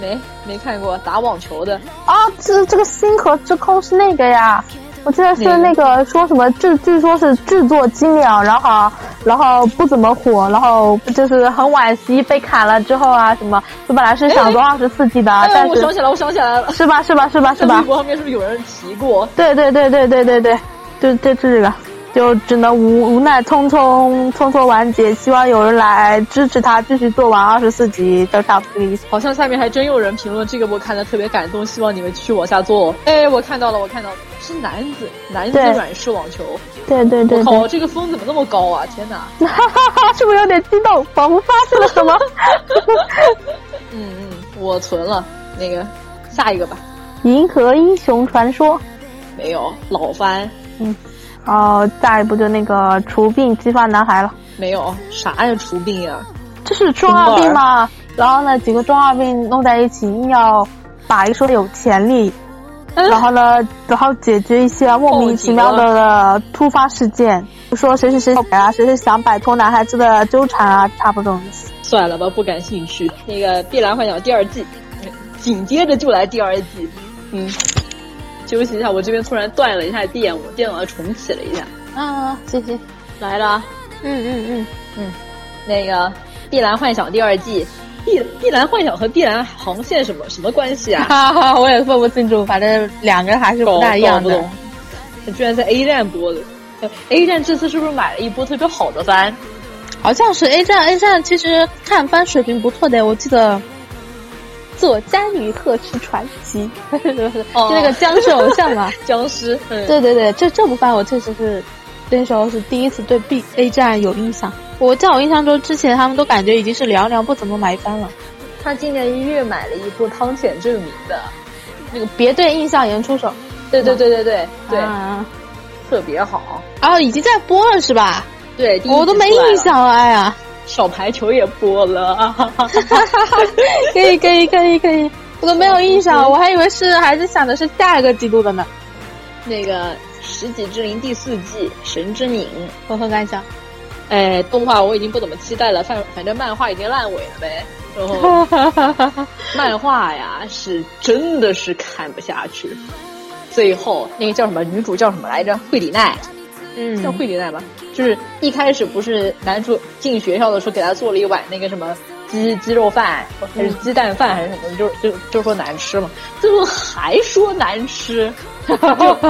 F: 没没看过打网球的，
G: 啊，这这个星河之空是那个呀，我记得是那个说什么制，据说是制作精良，然后然后不怎么火，然后就是很惋惜被砍了之后啊什么，就本来是想做二十四季的，
F: 哎
G: 啊但
F: 我想
G: 是
F: 起来，我想起来了，
G: 是吧是吧是吧是
F: 在微
G: 吧？
F: 博上面是不是有人提过？
G: 对对对对对对对，就就这个，就只能无无奈匆匆匆匆完结，希望有人来支持他继续做完二十四集，就差不多这个意思。
F: 好像下面还真有人评论这个，我看的特别感动，希望你们继续往下做哦。哎，我看到了，我看到了，是男子男子
G: 对
F: 软式网球，
G: 对对对
F: 我
G: 对
F: 靠，，这个风怎么那么高啊！天哪，
G: 哈哈哈，是不是有点激动？仿佛发现了什么？
F: 嗯嗯，我存了那个下一个吧，
G: 银河英雄传说，
F: 没有老番，
G: 哦，下一步就那个除病激发男孩了，
F: 没有啥呀，除病呀、
G: 这是中二病吗？然后呢，几个中二病弄在一起，硬要把一个说有潜力，然后呢，然后解决一些莫名其妙的突发事件，比如说谁谁谁啊，谁谁想摆脱男孩子的纠缠啊，差不多这种意思。
F: 算了吧，不感兴趣。那个《碧蓝幻想》第二季，紧接着就来第二季。嗯，休息一下，我这边突然断了一下电，我电脑又重启了一下。
G: 嗯，谢谢。
F: 来了，
G: 嗯嗯嗯，
F: 那个《碧蓝幻想》第二季，碧碧蓝幻想和碧蓝航线什么什么关系 啊？
G: 哈哈，我也分不清楚，反正两个还是
F: 搞搞不懂。它居然在 A 站播的。呃 A 站这次是不是买了一波特别好的番？
G: 好像是 A 站，A 站其实看番水平不错的，我记得做《嘉女贺氏传奇》
F: 哦
G: 就那个僵尸偶像 嘛。
F: 僵尸，嗯，
G: 对对对，这这部番我确实是那时候是第一次对 B A 站有印象。我在我印象中，之前他们都感觉已经是寥寥不怎么买番了。
F: 他今年一月买了一部《汤浅证明》的，
G: 那个别对印象岩出手，
F: 对对对对对对，
G: 啊，
F: 特别好。
G: 啊已经在播了是吧？
F: 对，第一
G: 我都
F: 集
G: 没
F: 出来
G: 印
F: 了，
G: 象了，哎呀，
F: 小排球也播了，
G: 可以可以可以可以，我都没有 印
F: 嗯
G: 象，我还以为是还是想的是下一个季度的呢。
F: 那个《十几之灵》第四季《神之敏》，
G: 我很感想。
F: 哎，动画我已经不怎么期待了，反反正漫画已经烂尾了呗。然后 漫画呀，是真的是看不下去。最后那个叫什么女主叫什么来着？惠里奈，叫
G: 嗯，
F: 惠里奈吧。就是一开始不是男主进学校的时候给他做了一碗那个什么鸡鸡肉饭还是鸡蛋饭还是什么，就是就就说难吃嘛，最后还说难吃，就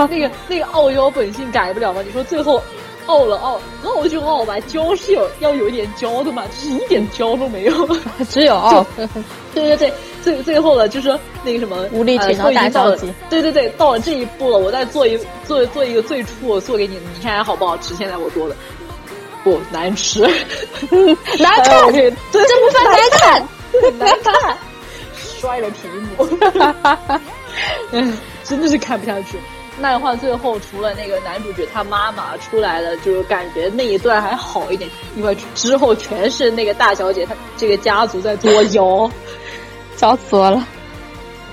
F: 那个那个傲娇本性改不了嘛。你说最后傲了傲傲就傲吧，娇是有要有一点娇的嘛，就是一点娇都没有。
G: 只有哦，
F: 对对对，最最后了，就是说那个什么
G: 无力
F: 呃
G: 铁道
F: 都已
G: 大
F: 经到
G: 小
F: 了
G: 姐
F: 对对对，到了这一步了，我再做一做做一个最初，我做给你，你看还好不好吃？现在我做的，不难吃，
D: 难
F: 哎
D: 看
F: 我，可以
D: 这部分难看。
F: 难看，摔了屏幕，嗯， 真的是看不下去。漫画最后除了那个男主角他妈妈出来了，就是感觉那一段还好一点，因为之后全是那个大小姐她这个家族在作妖。
G: 笑死我了。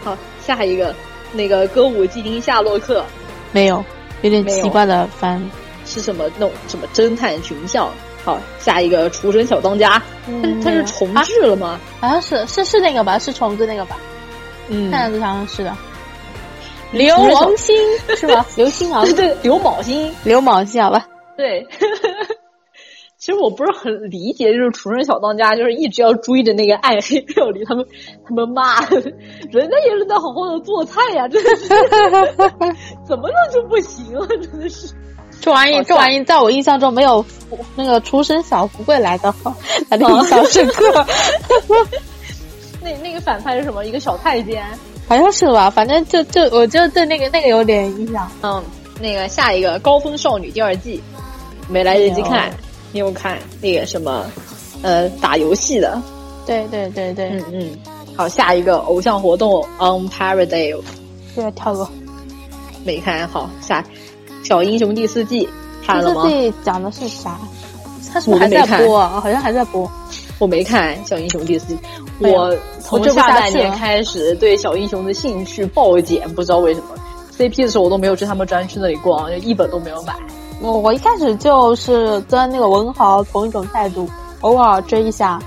F: 好，下一个那个歌舞伎町夏洛克
G: 没有，有点
F: 没有
G: 奇怪的翻译。
F: 是什么弄什么侦探群校？好，下一个厨神小当家，
G: 嗯
F: 他他是重置了吗？
G: 啊好像是是是那个吧，是虫子那个吧，
F: 嗯，
G: 看样子好像是的。刘
F: 不是虫
G: 王星 是吧？刘星啊
F: 对， 对，刘宝星，
G: 刘毛星 好吧？
F: 对， 其实我不是很理解，就是《厨神小当家》，就是一直要追着那个暗黑料理，他们 他们骂，人家也是在好好的做菜呀、真的是怎么弄就不行了，真的是。
G: 这玩意
F: 好
G: 这玩意在我印象中没有那个厨神小福贵来的 好，来的印象深刻，
F: 那那个反派是什么？一个小太监。
G: 好像是吧？反正就就我就对那个那个有点印象。
F: 嗯，那个下一个《高峰少女》第二季，没来得及看，你有看那个什么，呃，打游戏的，
G: 对对对对，
F: 嗯嗯。好，下一个偶像活动《On Paradise》。
G: 这个跳过。
F: 没看好下小英雄第四季看了
G: 这
F: 吗
G: 自？己讲的是啥？他是
F: 我
G: 不
F: 都
G: 是还在
F: 没看
G: 播啊？好像还在播。
F: 我没看小英雄第四季，
G: 哎呀
F: 我从
G: 我追不
F: 下
G: 下
F: 半
G: 去
F: 年
G: 了
F: 开始对小英雄的兴趣暴减，不知道为什么。CP 的时候我都没有去他们专区那里逛，就一本都没有买。
G: 我我一开始就是跟那个文豪同一种态度，偶尔追一下。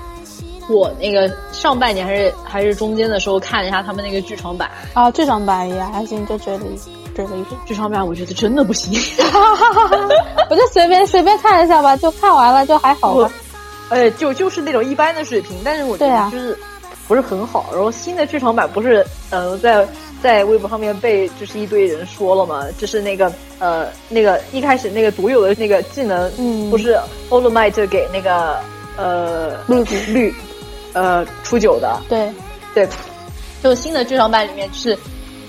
F: 我那个上半年还是还是中间的时候看了一下他们那个剧场版，
G: 啊，剧场版也还行，就追了一追了一遍，
F: 剧场版我觉得真的不行。
G: 我就随便随便看一下吧，就看完了就还 好吧。
F: 哎，就就是那种一般的水平，但是我觉
G: 对
F: 得
G: 啊
F: 就是不是很好。然后新的剧场版不是呃在在微博上面被就是一堆人说了嘛，就是那个呃那个一开始那个独有的那个技能，
G: 嗯
F: 不是 All Might 给那个呃
G: 绿子
F: 绿呃初九的，
G: 对，
F: 对，就新的剧场版里面就是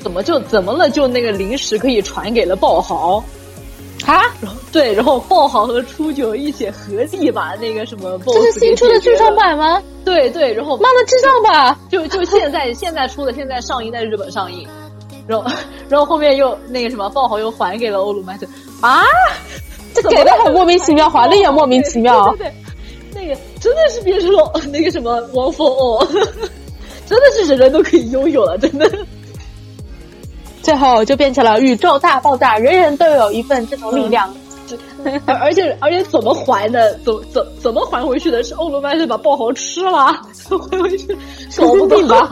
F: 怎么就怎么了就那个零食可以传给了爆豪。
G: 啊，
F: 然后对，然后爆豪和初九一起合力把那个什么 BOSS
G: 这是
F: 给
G: 新出的
F: 解决
G: 剧
F: 了
G: 场版吗？
F: 对对，然后
G: 妈的，智障吧！
F: 就就现在现在出的，现在上映在日本上映，然后然后后面又那个什么爆豪又还给了欧鲁麦特啊，
G: 这
F: 怎么
G: 给的
F: 会
G: 很莫名其妙，还的也莫名其妙
F: 对。对对，那个真的是变成了那个什么王峰哦， 真的是人人都可以拥有了，真的。
G: 最后就变成了宇宙大爆炸，人人都有一份这种力量。
F: 而而且而且怎么还的？怎怎怎么还回去的？是欧罗麦是把爆豪吃了，还回去，搞不 懂吧？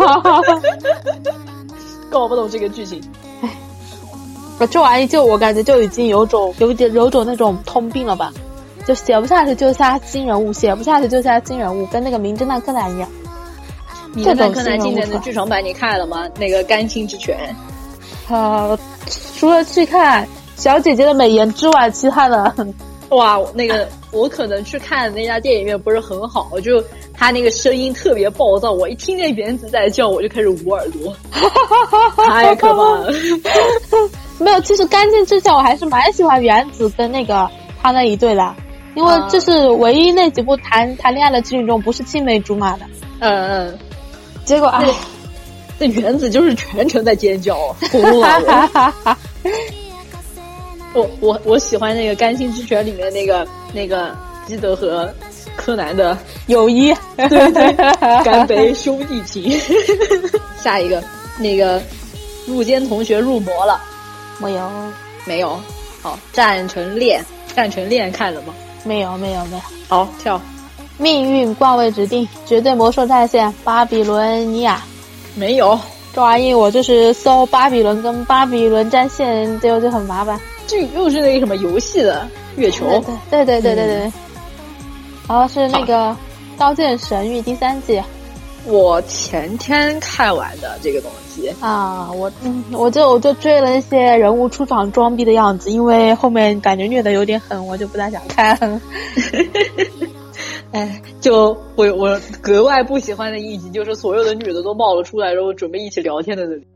F: 搞不懂这个剧情。
G: 这玩意就我感觉就已经有种有点有种那种通病了吧，就写不下去就下新人物，写不下去就下新人物，跟那个《名侦探柯南》一样。
F: 名侦探柯
G: 这种
F: 南
G: 新
F: 今
G: 人
F: 年
G: 物
F: 的剧场版你看了吗？那个《甘青之泉
G: 呃，除了去看小姐姐的美颜之外，其他的》
F: 哇，那 个我可能去看那家电影院不是很好，就他那个声音特别暴躁，我一听见原子在叫，我就开始捂耳 朵，太可怕了。嗯
G: 没有。其实《干净之前我还是蛮喜欢原子跟那个他那一对的，因为这是唯一那几部谈谈恋爱的剧里中不是青梅竹马的。
F: 嗯嗯，
G: 结果哎，
F: 那原子就是全程在尖叫， 鼓舞了我。我我我喜欢那个《甘心之泉》里面那个那个基德和柯南 的
G: 友谊，
F: 干杯兄弟情。下一个那个入间同学入魔了
G: 没有，
F: 没有？好，战成恋，战成恋看了吗？
G: 没有，没有，没有。
F: 好，跳
G: 命运冠位指定，绝对魔兽战线，巴比伦尼亚。
F: 没有？
G: 这玩意我就是搜巴比伦跟巴比伦战线，结果就很麻烦。
F: 这又是那个什么游戏的月球？
G: 对对对对对对对。然后是那个《刀剑神域》第三季
F: 我前天看完的这个东西。
G: 啊，我嗯，我就我就追了一些人物出场装逼的样子，因为后面感觉虐的有点狠，我就不大想看。
F: 哎，就我我格外不喜欢的一集，就是所有的女的都冒了出来，然后准备一起聊天的那里。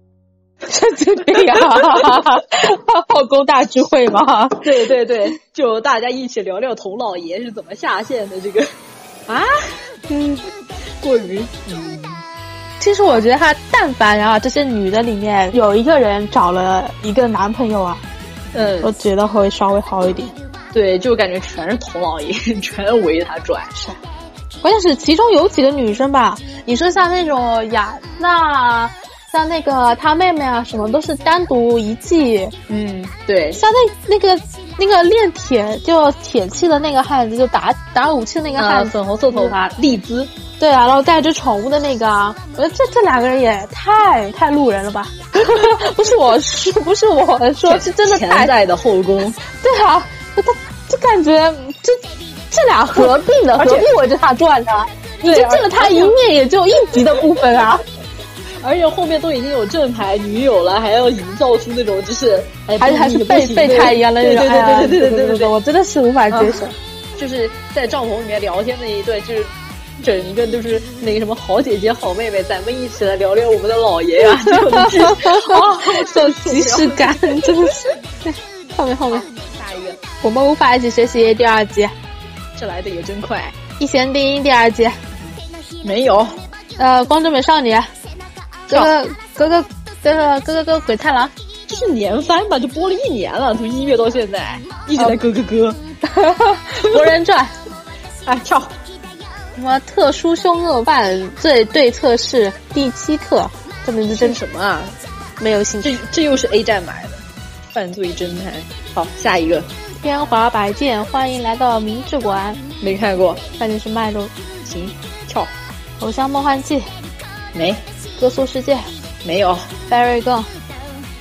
G: 这这个哎呀， 后宫大聚会吗？
F: 对对对，就大家一起聊聊童老爷是怎么下线的这个啊，
G: 嗯，
F: 过于
G: 其实我觉得她但凡啊，这些女的里面有一个人找了一个男朋友啊，我
F: 嗯，
G: 觉得会稍微好一点。
F: 对，就感觉全是童老爷，全围着他转。
G: 关键是其中有几个女生吧，你说像那种雅娜啊，像那个她妹妹啊，什么都是单独一季。
F: 嗯，对，
G: 像那那个那个练铁就铁器的那个汉子，就打打武器的那个
F: 啊，
G: 汉子，
F: 粉红色头发，丽兹，
G: 对啊，然后带只宠物的那个啊，我觉得这这两个人也太太路人了吧？不是我是不是我说，是真的
F: 潜
G: 太
F: 在的后宫。
G: 对啊，他就感觉嗯这这俩合并的，合并我觉得他赚的，你就挣了他一面也就一集的部分啊，
F: 而且后面都已经有正牌女友了，还要营造出那种就是哎，
G: 还
F: 不
G: 还
F: 行
G: 是
F: 不
G: 备
F: 行
G: 备胎一样的那
F: 对
G: 种，
F: 对
G: 哎呀
F: 对对对对对对对
G: 我真的是无法接受。
F: 就是在帐篷里面聊天那一段，就是整一个就是那个什么好姐姐、好妹妹，咱们一起来聊聊我们的老爷 呀、这种剧啊，
G: 这种即视感真的是。后面后面，
F: 下一个，
G: 我们无法一起学习第二集，
F: 这来的也真快，
G: 一弦定音第二集，
F: 没有，
G: 呃，光之美少女，哥哥哥哥哥哥哥哥哥鬼太郎，
F: 这是年番吧？就播了一年了，从一月到现在一直在咯咯
G: 哦
F: 咯
G: 博人传，
F: 啊跳，
G: 什么特殊凶恶犯罪对策室第七课，这名字
F: 这
G: 真
F: 是
G: 是
F: 什么啊？
G: 没有兴趣。
F: 这这又是 A 站买的，犯罪侦探。好，下一个
G: 天华百剑，欢迎来到明治馆，
F: 没看过，
G: 那就是脉络。
F: 行，跳
G: 偶像梦幻祭，
F: 没
G: 歌宿世界
F: 没有，
G: ，Very Go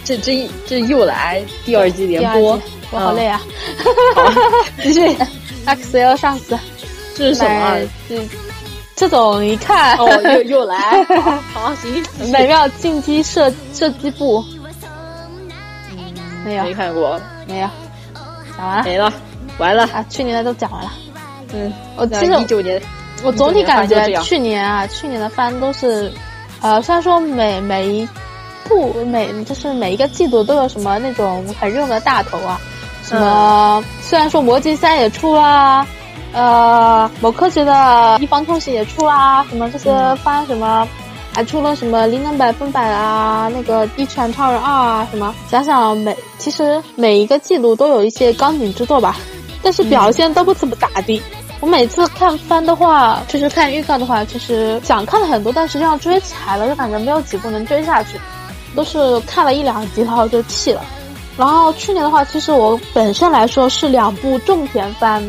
F: 这这这又来第二季
G: 第
F: 连
G: 二
F: 播啊
G: 集，，我好累啊。
F: 继续，
G: XL 上司，
F: 嗯这是什么啊
G: 买？这这种一看，
F: 哦，又又 来，好行，
G: 美妙进击射射击部，没有
F: 嗯没看过，
G: 没有，讲完了
F: 没了，完了，
G: 啊，去年的都讲完了。
F: 嗯，
G: 我其实
F: 那一九年，
G: 我总体
F: 19
G: 感
F: 年番就这
G: 觉
F: 样
G: 去年啊，去年的番都是，呃，虽然说每每一部每就是每一个季度都有什么那种很热门的大头啊，什么、虽然说《魔戒三》也出啦、呃，某科学的一方通行也出啦、什么这些番什么。还出了什么灵能百分百啊，那个一拳超人二啊，什么想想每其实每一个季度都有一些钢琴之作吧，但是表现都不怎么咋地。我每次看番的话，就是看预告的话，其实想看了很多，但实际上追起来了，就感觉没有几部能追下去，都是看了一两集然后就弃了。然后去年的话，其实我本身来说是两部种田番，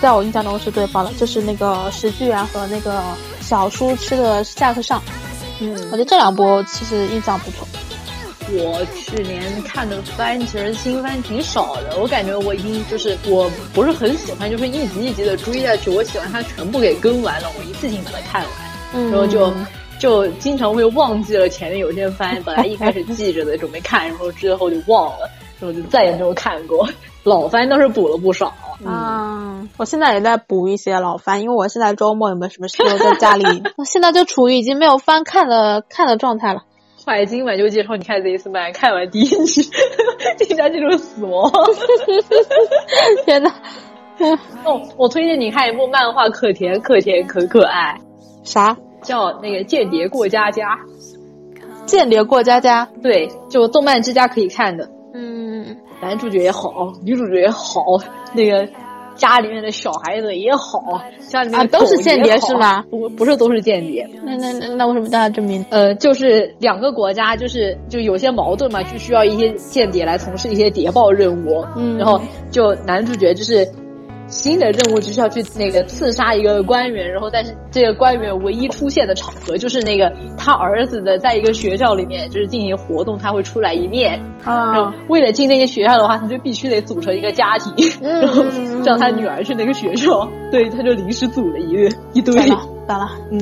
G: 在我印象中是对方的，就是那个石巨人和那个小书痴的下课上。
F: 嗯
G: 我觉得这两部其实印象不错。
F: 我去年看的番其实新番挺少的，我感觉我已经就是我不是很喜欢，就是一集一集的追下去，我喜欢它全部给跟完了，我一次性把它看完，
G: 嗯，
F: 然后就。就经常会忘记了前面有些番，本来一开始记着的，准备看，然后之后就忘了，然后就再也没有看过。老番倒是补了不少，啊
G: 嗯，我现在也在补一些老番，因为我现在周末也没什么事，就在家里。我 现在就处于已经没有番看的看的状态了。
F: 坏，今晚就介绍你看《Z 斯曼》，看完第一集，这家进入死亡。
G: 天呐，
F: 哦，我推荐你看一部漫画，可甜可甜可可爱，
G: 啥
F: 叫那个《间谍过家家
G: 间谍过家家？》，
F: 对，就动漫之家可以看的，
G: 嗯，
F: 男主角也好，女主角也好，那个。家里面的小孩子也好，家里面的
G: 啊都是
F: 狗也
G: 间谍
F: 好
G: 是吧？
F: 不，不是都是间谍，
G: 那那那那为什么叫他这名？
F: 呃，就是两个国家，就是就有些矛盾嘛，就需要一些间谍来从事一些谍报任务。
G: 嗯
F: 然后就男主角就是新的任务就是要去那个刺杀一个官员，然后但是这个官员唯一出现的场合就是那个他儿子的在一个学校里面就是进行活动，他会出来一面。然后
G: 啊，
F: 为了进那些学校的话，他就必须得组成一个家庭，然后
G: 嗯
F: 让他女儿去那个学校。对，他就临时组了一个一堆，
G: 懂了懂了，
F: 嗯，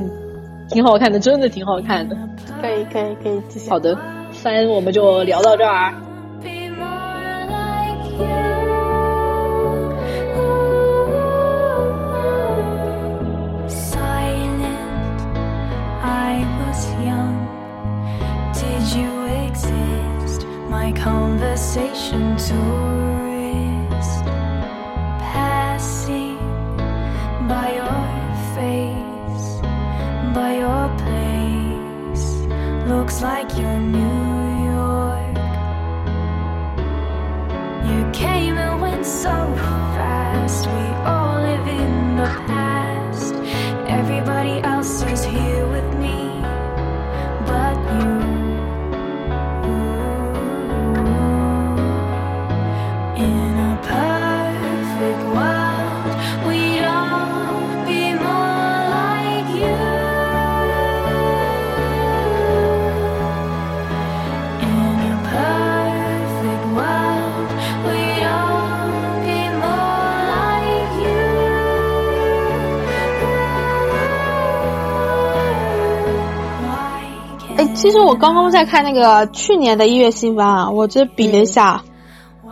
F: 挺好看的，真的挺好看的。
G: 可以可以可以继续。
F: 好的，三我们就聊到这儿。
A: Be more like you. Silent, I was young. Did you exist?
H: conversation tourist passing by your face, by your place. Looks like you're New York. You came and went so fast. We all live in the past. Everybody else is here with me, but you. In a perfect world, we'd all be more like you. In a perfect world, we'd all be more like you.
G: 哎，其实我刚刚在看那个去年的一月新番啊，我这比了一下，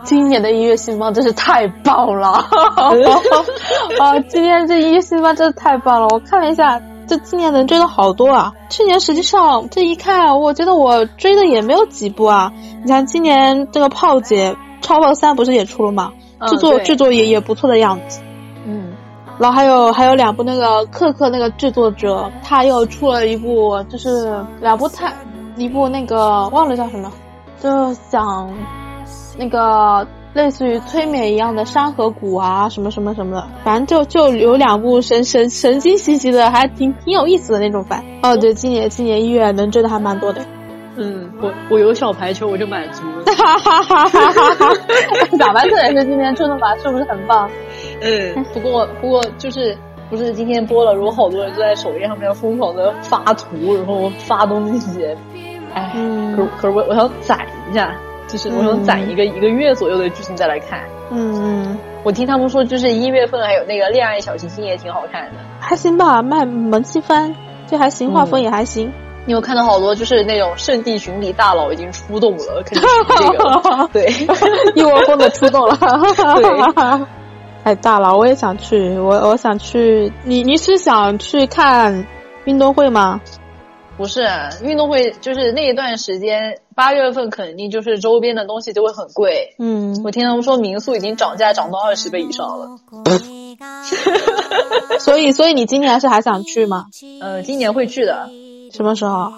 G: 今年的一月新番真是太棒 了！啊，今年这一月新番真的太棒了！我看了一下，这今年能追的好多啊。去年实际上这一看啊，我觉得我追的也没有几部啊。你像今年这个炮姐《超炮三》不是也出了吗？制作、
F: 对
G: 制作也也不错的样子。
F: 嗯，
G: 然后还有还有两部那个克克那个制作者，他又出了一部，就是两部他一部那个忘了叫什么，就讲那个类似于催眠一样的山河谷啊，什么什么什么的，反正就就有两部神神神经兮兮的，还挺挺有意思的那种番。哦，对，今年今年一月能追的还蛮多的，
F: 嗯，我我有小排球我就满 足了。
G: 哈哈哈哈哈 哈！打完特也是今年出的嘛，是不是很棒？
F: 嗯，不过不过就是不是今天播了，如果好多人都在首页上面疯狂的发图，然后发东西，哎，
G: 嗯
F: 可可是我我想攒一下，就是我想攒一个、一个月左右的剧情再来看。
G: 嗯嗯。
F: 我听他们说，就是一月份还有那个《恋爱小行星》也挺好看的。
G: 还行吧，卖萌气番，这还行，画风也还 行。
F: 你有看到好多就是那种圣地巡礼大佬已经出动了，肯定是这 个对。
G: 一窝蜂的出动了，
F: 对，
G: 太大了，我也想去，我我想去，你你是想去看运动会吗？
F: 不是运动会，就是那一段时间，八月份肯定就是周边的东西就会很贵。
G: 嗯，
F: 我听他们说民宿已经涨价涨到二十倍以上了。
G: 所以所以你今年是还想去吗？
F: 呃，今年会去的，
G: 什么时候？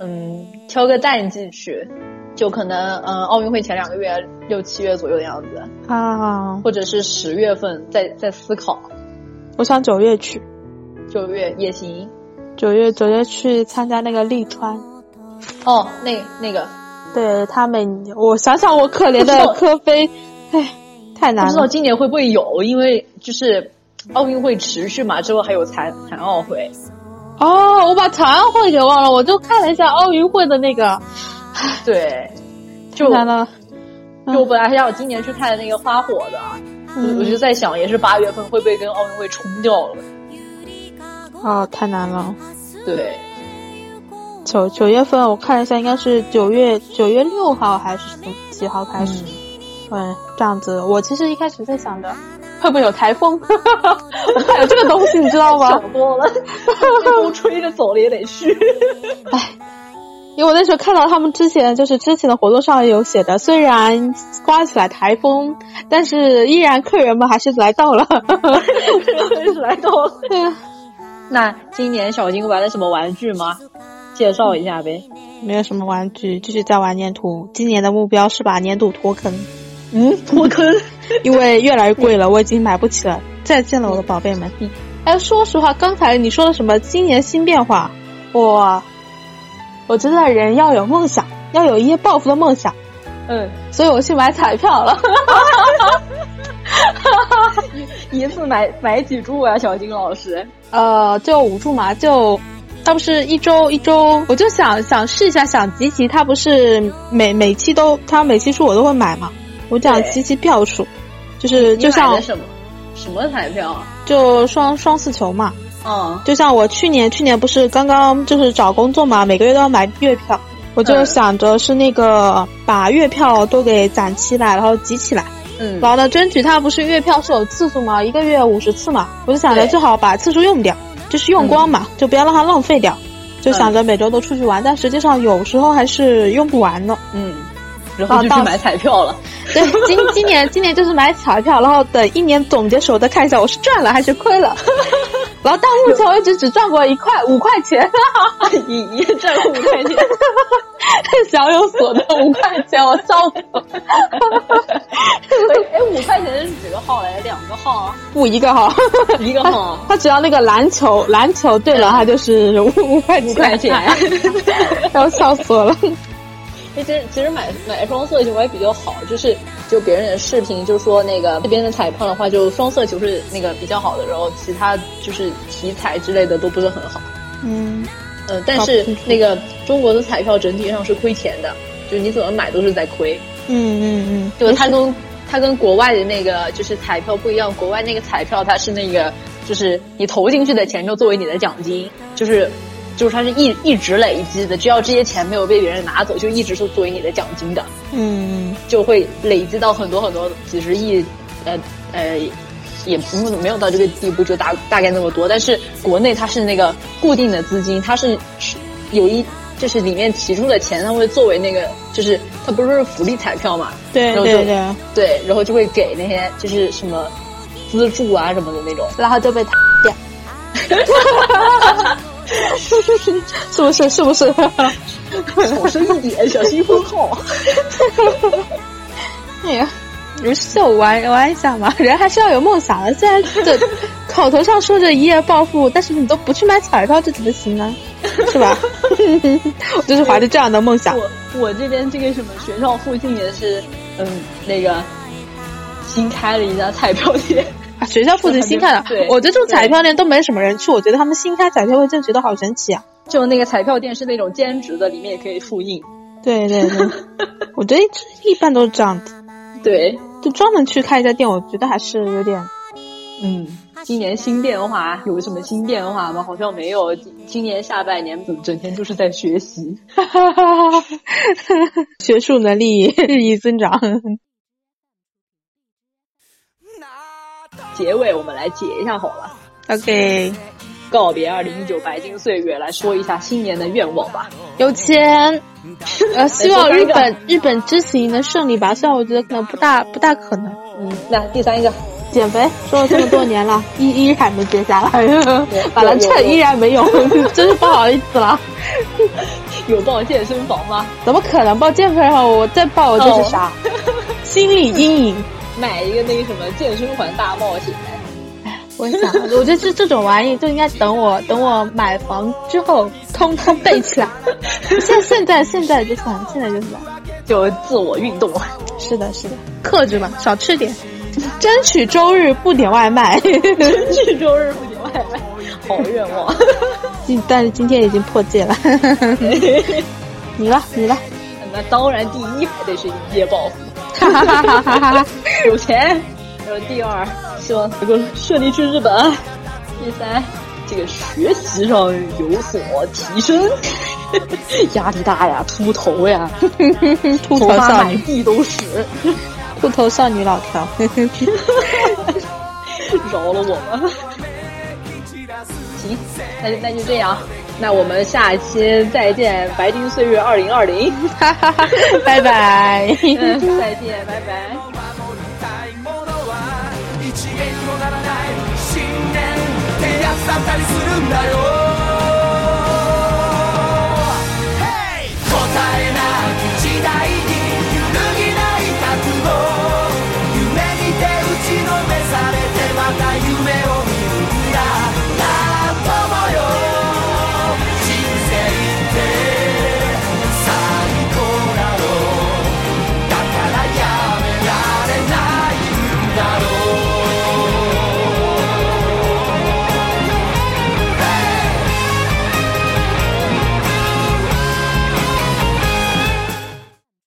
F: 嗯，挑个淡季去，就可能嗯奥运会前两个月六七月左右的样子，
G: 啊，
F: 或者是十月份再再思考，
G: 我想九月去，
F: 九月也行。
G: 九月九月去参加那个利川，
F: 哦，那那个
G: 对他每我想想我可怜的
F: 不知
G: 科菲，唉，太
F: 不
G: 难
F: 知道
G: 了。
F: 今年会不会有，因为就是奥运会持续嘛，之后还有残残奥会。
G: 哦，我把残奥会给忘了，我就看了一下奥运会的那个，
F: 对，
G: 太
F: 就
G: 难了。
F: 就我本来还想今年去看那个花火的，我就在想，也是八月份会不会跟奥运会冲掉了？
G: 哦，太难了。
F: 对，
G: 九九月份我看了一下，应该是九月九月六号还是什么几号开始？嗯，这样子。我其实一开始在想着，会不会有台风？ 我怕有这个东西，你知道吗？
F: 想多 了，被风吹着走了也得去。
G: 因为我那时候看到他们之前就是之前的活动上有写的，虽然刮起来台风，但是依然客人们还是来到了。
F: 来到， 那今年小金玩了什么玩具吗？介绍一下呗。
G: 没有什么玩具，继续在玩粘土。今年的目标是把粘土拖坑，
F: 嗯，脱坑。
G: 因为越来越贵了，我已经买不起了。再见了，我的宝贝们！哎，说实话，刚才你说的什么今年新变化，我我觉得人要有梦想，要有一夜暴富的梦想，
F: 嗯，
G: 所以我去买彩票了。
F: 一次买买几注啊，小金老师？
G: 呃，就五注嘛，就它不是一周一周，我就想想试一下，想集齐，它不是每每期都，它每期数我都会买嘛，我想
F: 对
G: 集齐票数，就是就
F: 你买
G: 像
F: 的什么什么彩票啊？
G: 就双双四球嘛，
F: 嗯，
G: 就像我去年，去年不是刚刚就是找工作嘛，每个月都要买月票，我就
F: 嗯
G: 想着是那个把月票都给攒起来，然后集起来，
F: 嗯
G: 然后呢，争取它不是月票是有次数嘛，一个月五十次嘛，我就想着
F: 对
G: 最好把次数用掉，就是用光嘛，就不要让它浪嗯费掉，就想着每周都出去玩，但实际上有时候还是用不完的。
F: 嗯，然后就
G: 啊
F: 去
G: 到
F: 买彩票了。
G: 对， 今今年今年就是买彩票，然后等一年总结时候再看一下我是赚了还是亏了。 然后到目前为止只赚过一块五块钱，
F: 一一夜赚了五块钱，
G: 小有所得五块钱，我笑死了。
F: 哎，五块钱是几个号来？两个号啊，
G: 不一个哈，
F: 一个号啊，
G: 他只要那个篮球篮球对了，他就是五五块钱，
F: 五块 钱。
G: 要笑死我了。
F: 哎其实其实买买双色球还比较好，就是就别人的视频就说那个那边的彩票的话，就双色球是那个比较好的，然后其他就是题材之类的都不是很好。
G: 嗯，
F: 嗯，但是那个中国的彩票整体上是亏钱的，就你怎么买都是在亏。
G: 嗯嗯
F: 就它跟它跟国外的那个就是彩票不一样，国外那个彩票它是那个就是你投进去的钱就作为你的奖金，就是就是它是一一直累积的，只要这些钱没有被别人拿走，就一直是作为你的奖金的，
G: 嗯嗯，
F: 就会累积到很多很多几十亿，呃呃。也不没有到这个地步，就大大概那么多。但是国内它是那个固定的资金，它是是有一就是里面提出的钱，它会作为那个就是它不是福利彩票嘛，
G: 对
F: 然后
G: 对
F: 就
G: 嗯对，
F: 对，然后就会给那些就是什么资助啊什么的那种。
G: 然后就被打掉。 是不是？是不是？
F: 小声一点，小心风控。
G: 哎呀，不是我玩玩一下嘛， 人还是要有梦想的。虽然这口头上说着一夜暴富，但是你都不去买彩票，这怎么行呢？是 吧？我就是怀着这样的梦想。
F: 我我这边这个什么学校附近也是，嗯，那个新开了一家彩票店。
G: 啊学校附近新开的
F: 对，
G: 我觉得这种彩票店都没什么人去，我觉得他们新开彩票会真觉得好神奇啊！
F: 就那个彩票店是那种兼职的，里面也可以复印。
G: 对对对， 我觉得一般都是这样子，
F: 对，
G: 就专门去开一家店，我觉得还是有 点
F: 嗯，今年新变化有什么新变化吗？好像没有。今今年下半年怎么整天就是在学习？
G: 学术能力日益增长。
F: 结尾我们来解一下好了。
G: OK，
F: 告别二零一九白金岁月，来说一下新年的愿望吧。
G: 有钱， 呃，希望日
F: 再
G: 本日本之行能顺利吧，虽然我觉得可能不大不大可能。
F: 嗯，那第三个，
G: 减肥说了这么多年 了，依依然没减下来，把它秤依然没有， 真是不好意思了。
F: 有报健身房吗？
G: 怎么可能报健身后我再报我就是 啥？哦心理阴影。
F: 买一个那个什么健身环大冒险。
G: 我也想，我觉得这这种玩意就应该等我等我买房之后，通通备起来。现现在现在就算，现在就算。
F: 就自我运动，
G: 是的，是的，克制吧，少吃点，争取周日不点外卖。
F: 去周日不点外 卖，好愿望。
G: 今 但是今天已经破戒 了。你了， 你了，
F: 那当然，第一还得是一夜暴富，
G: 哈哈哈哈哈哈！
F: 有钱。然后第二，希望能够顺利去日本。第三，这个学习上有所提升， 压力大呀，秃头呀，
G: 秃
F: 头
G: 头
F: 发
G: 少
F: 满
G: 女，
F: 地都是。
G: 秃头少女老条。
F: 饶了我吧。行，那就那就这样，那我们下期再见，《白金岁月二零二零》
G: 哈哈哈，拜拜。
F: 嗯，再见，拜拜。
I: 一円にもならない信念照らさったりするんだよ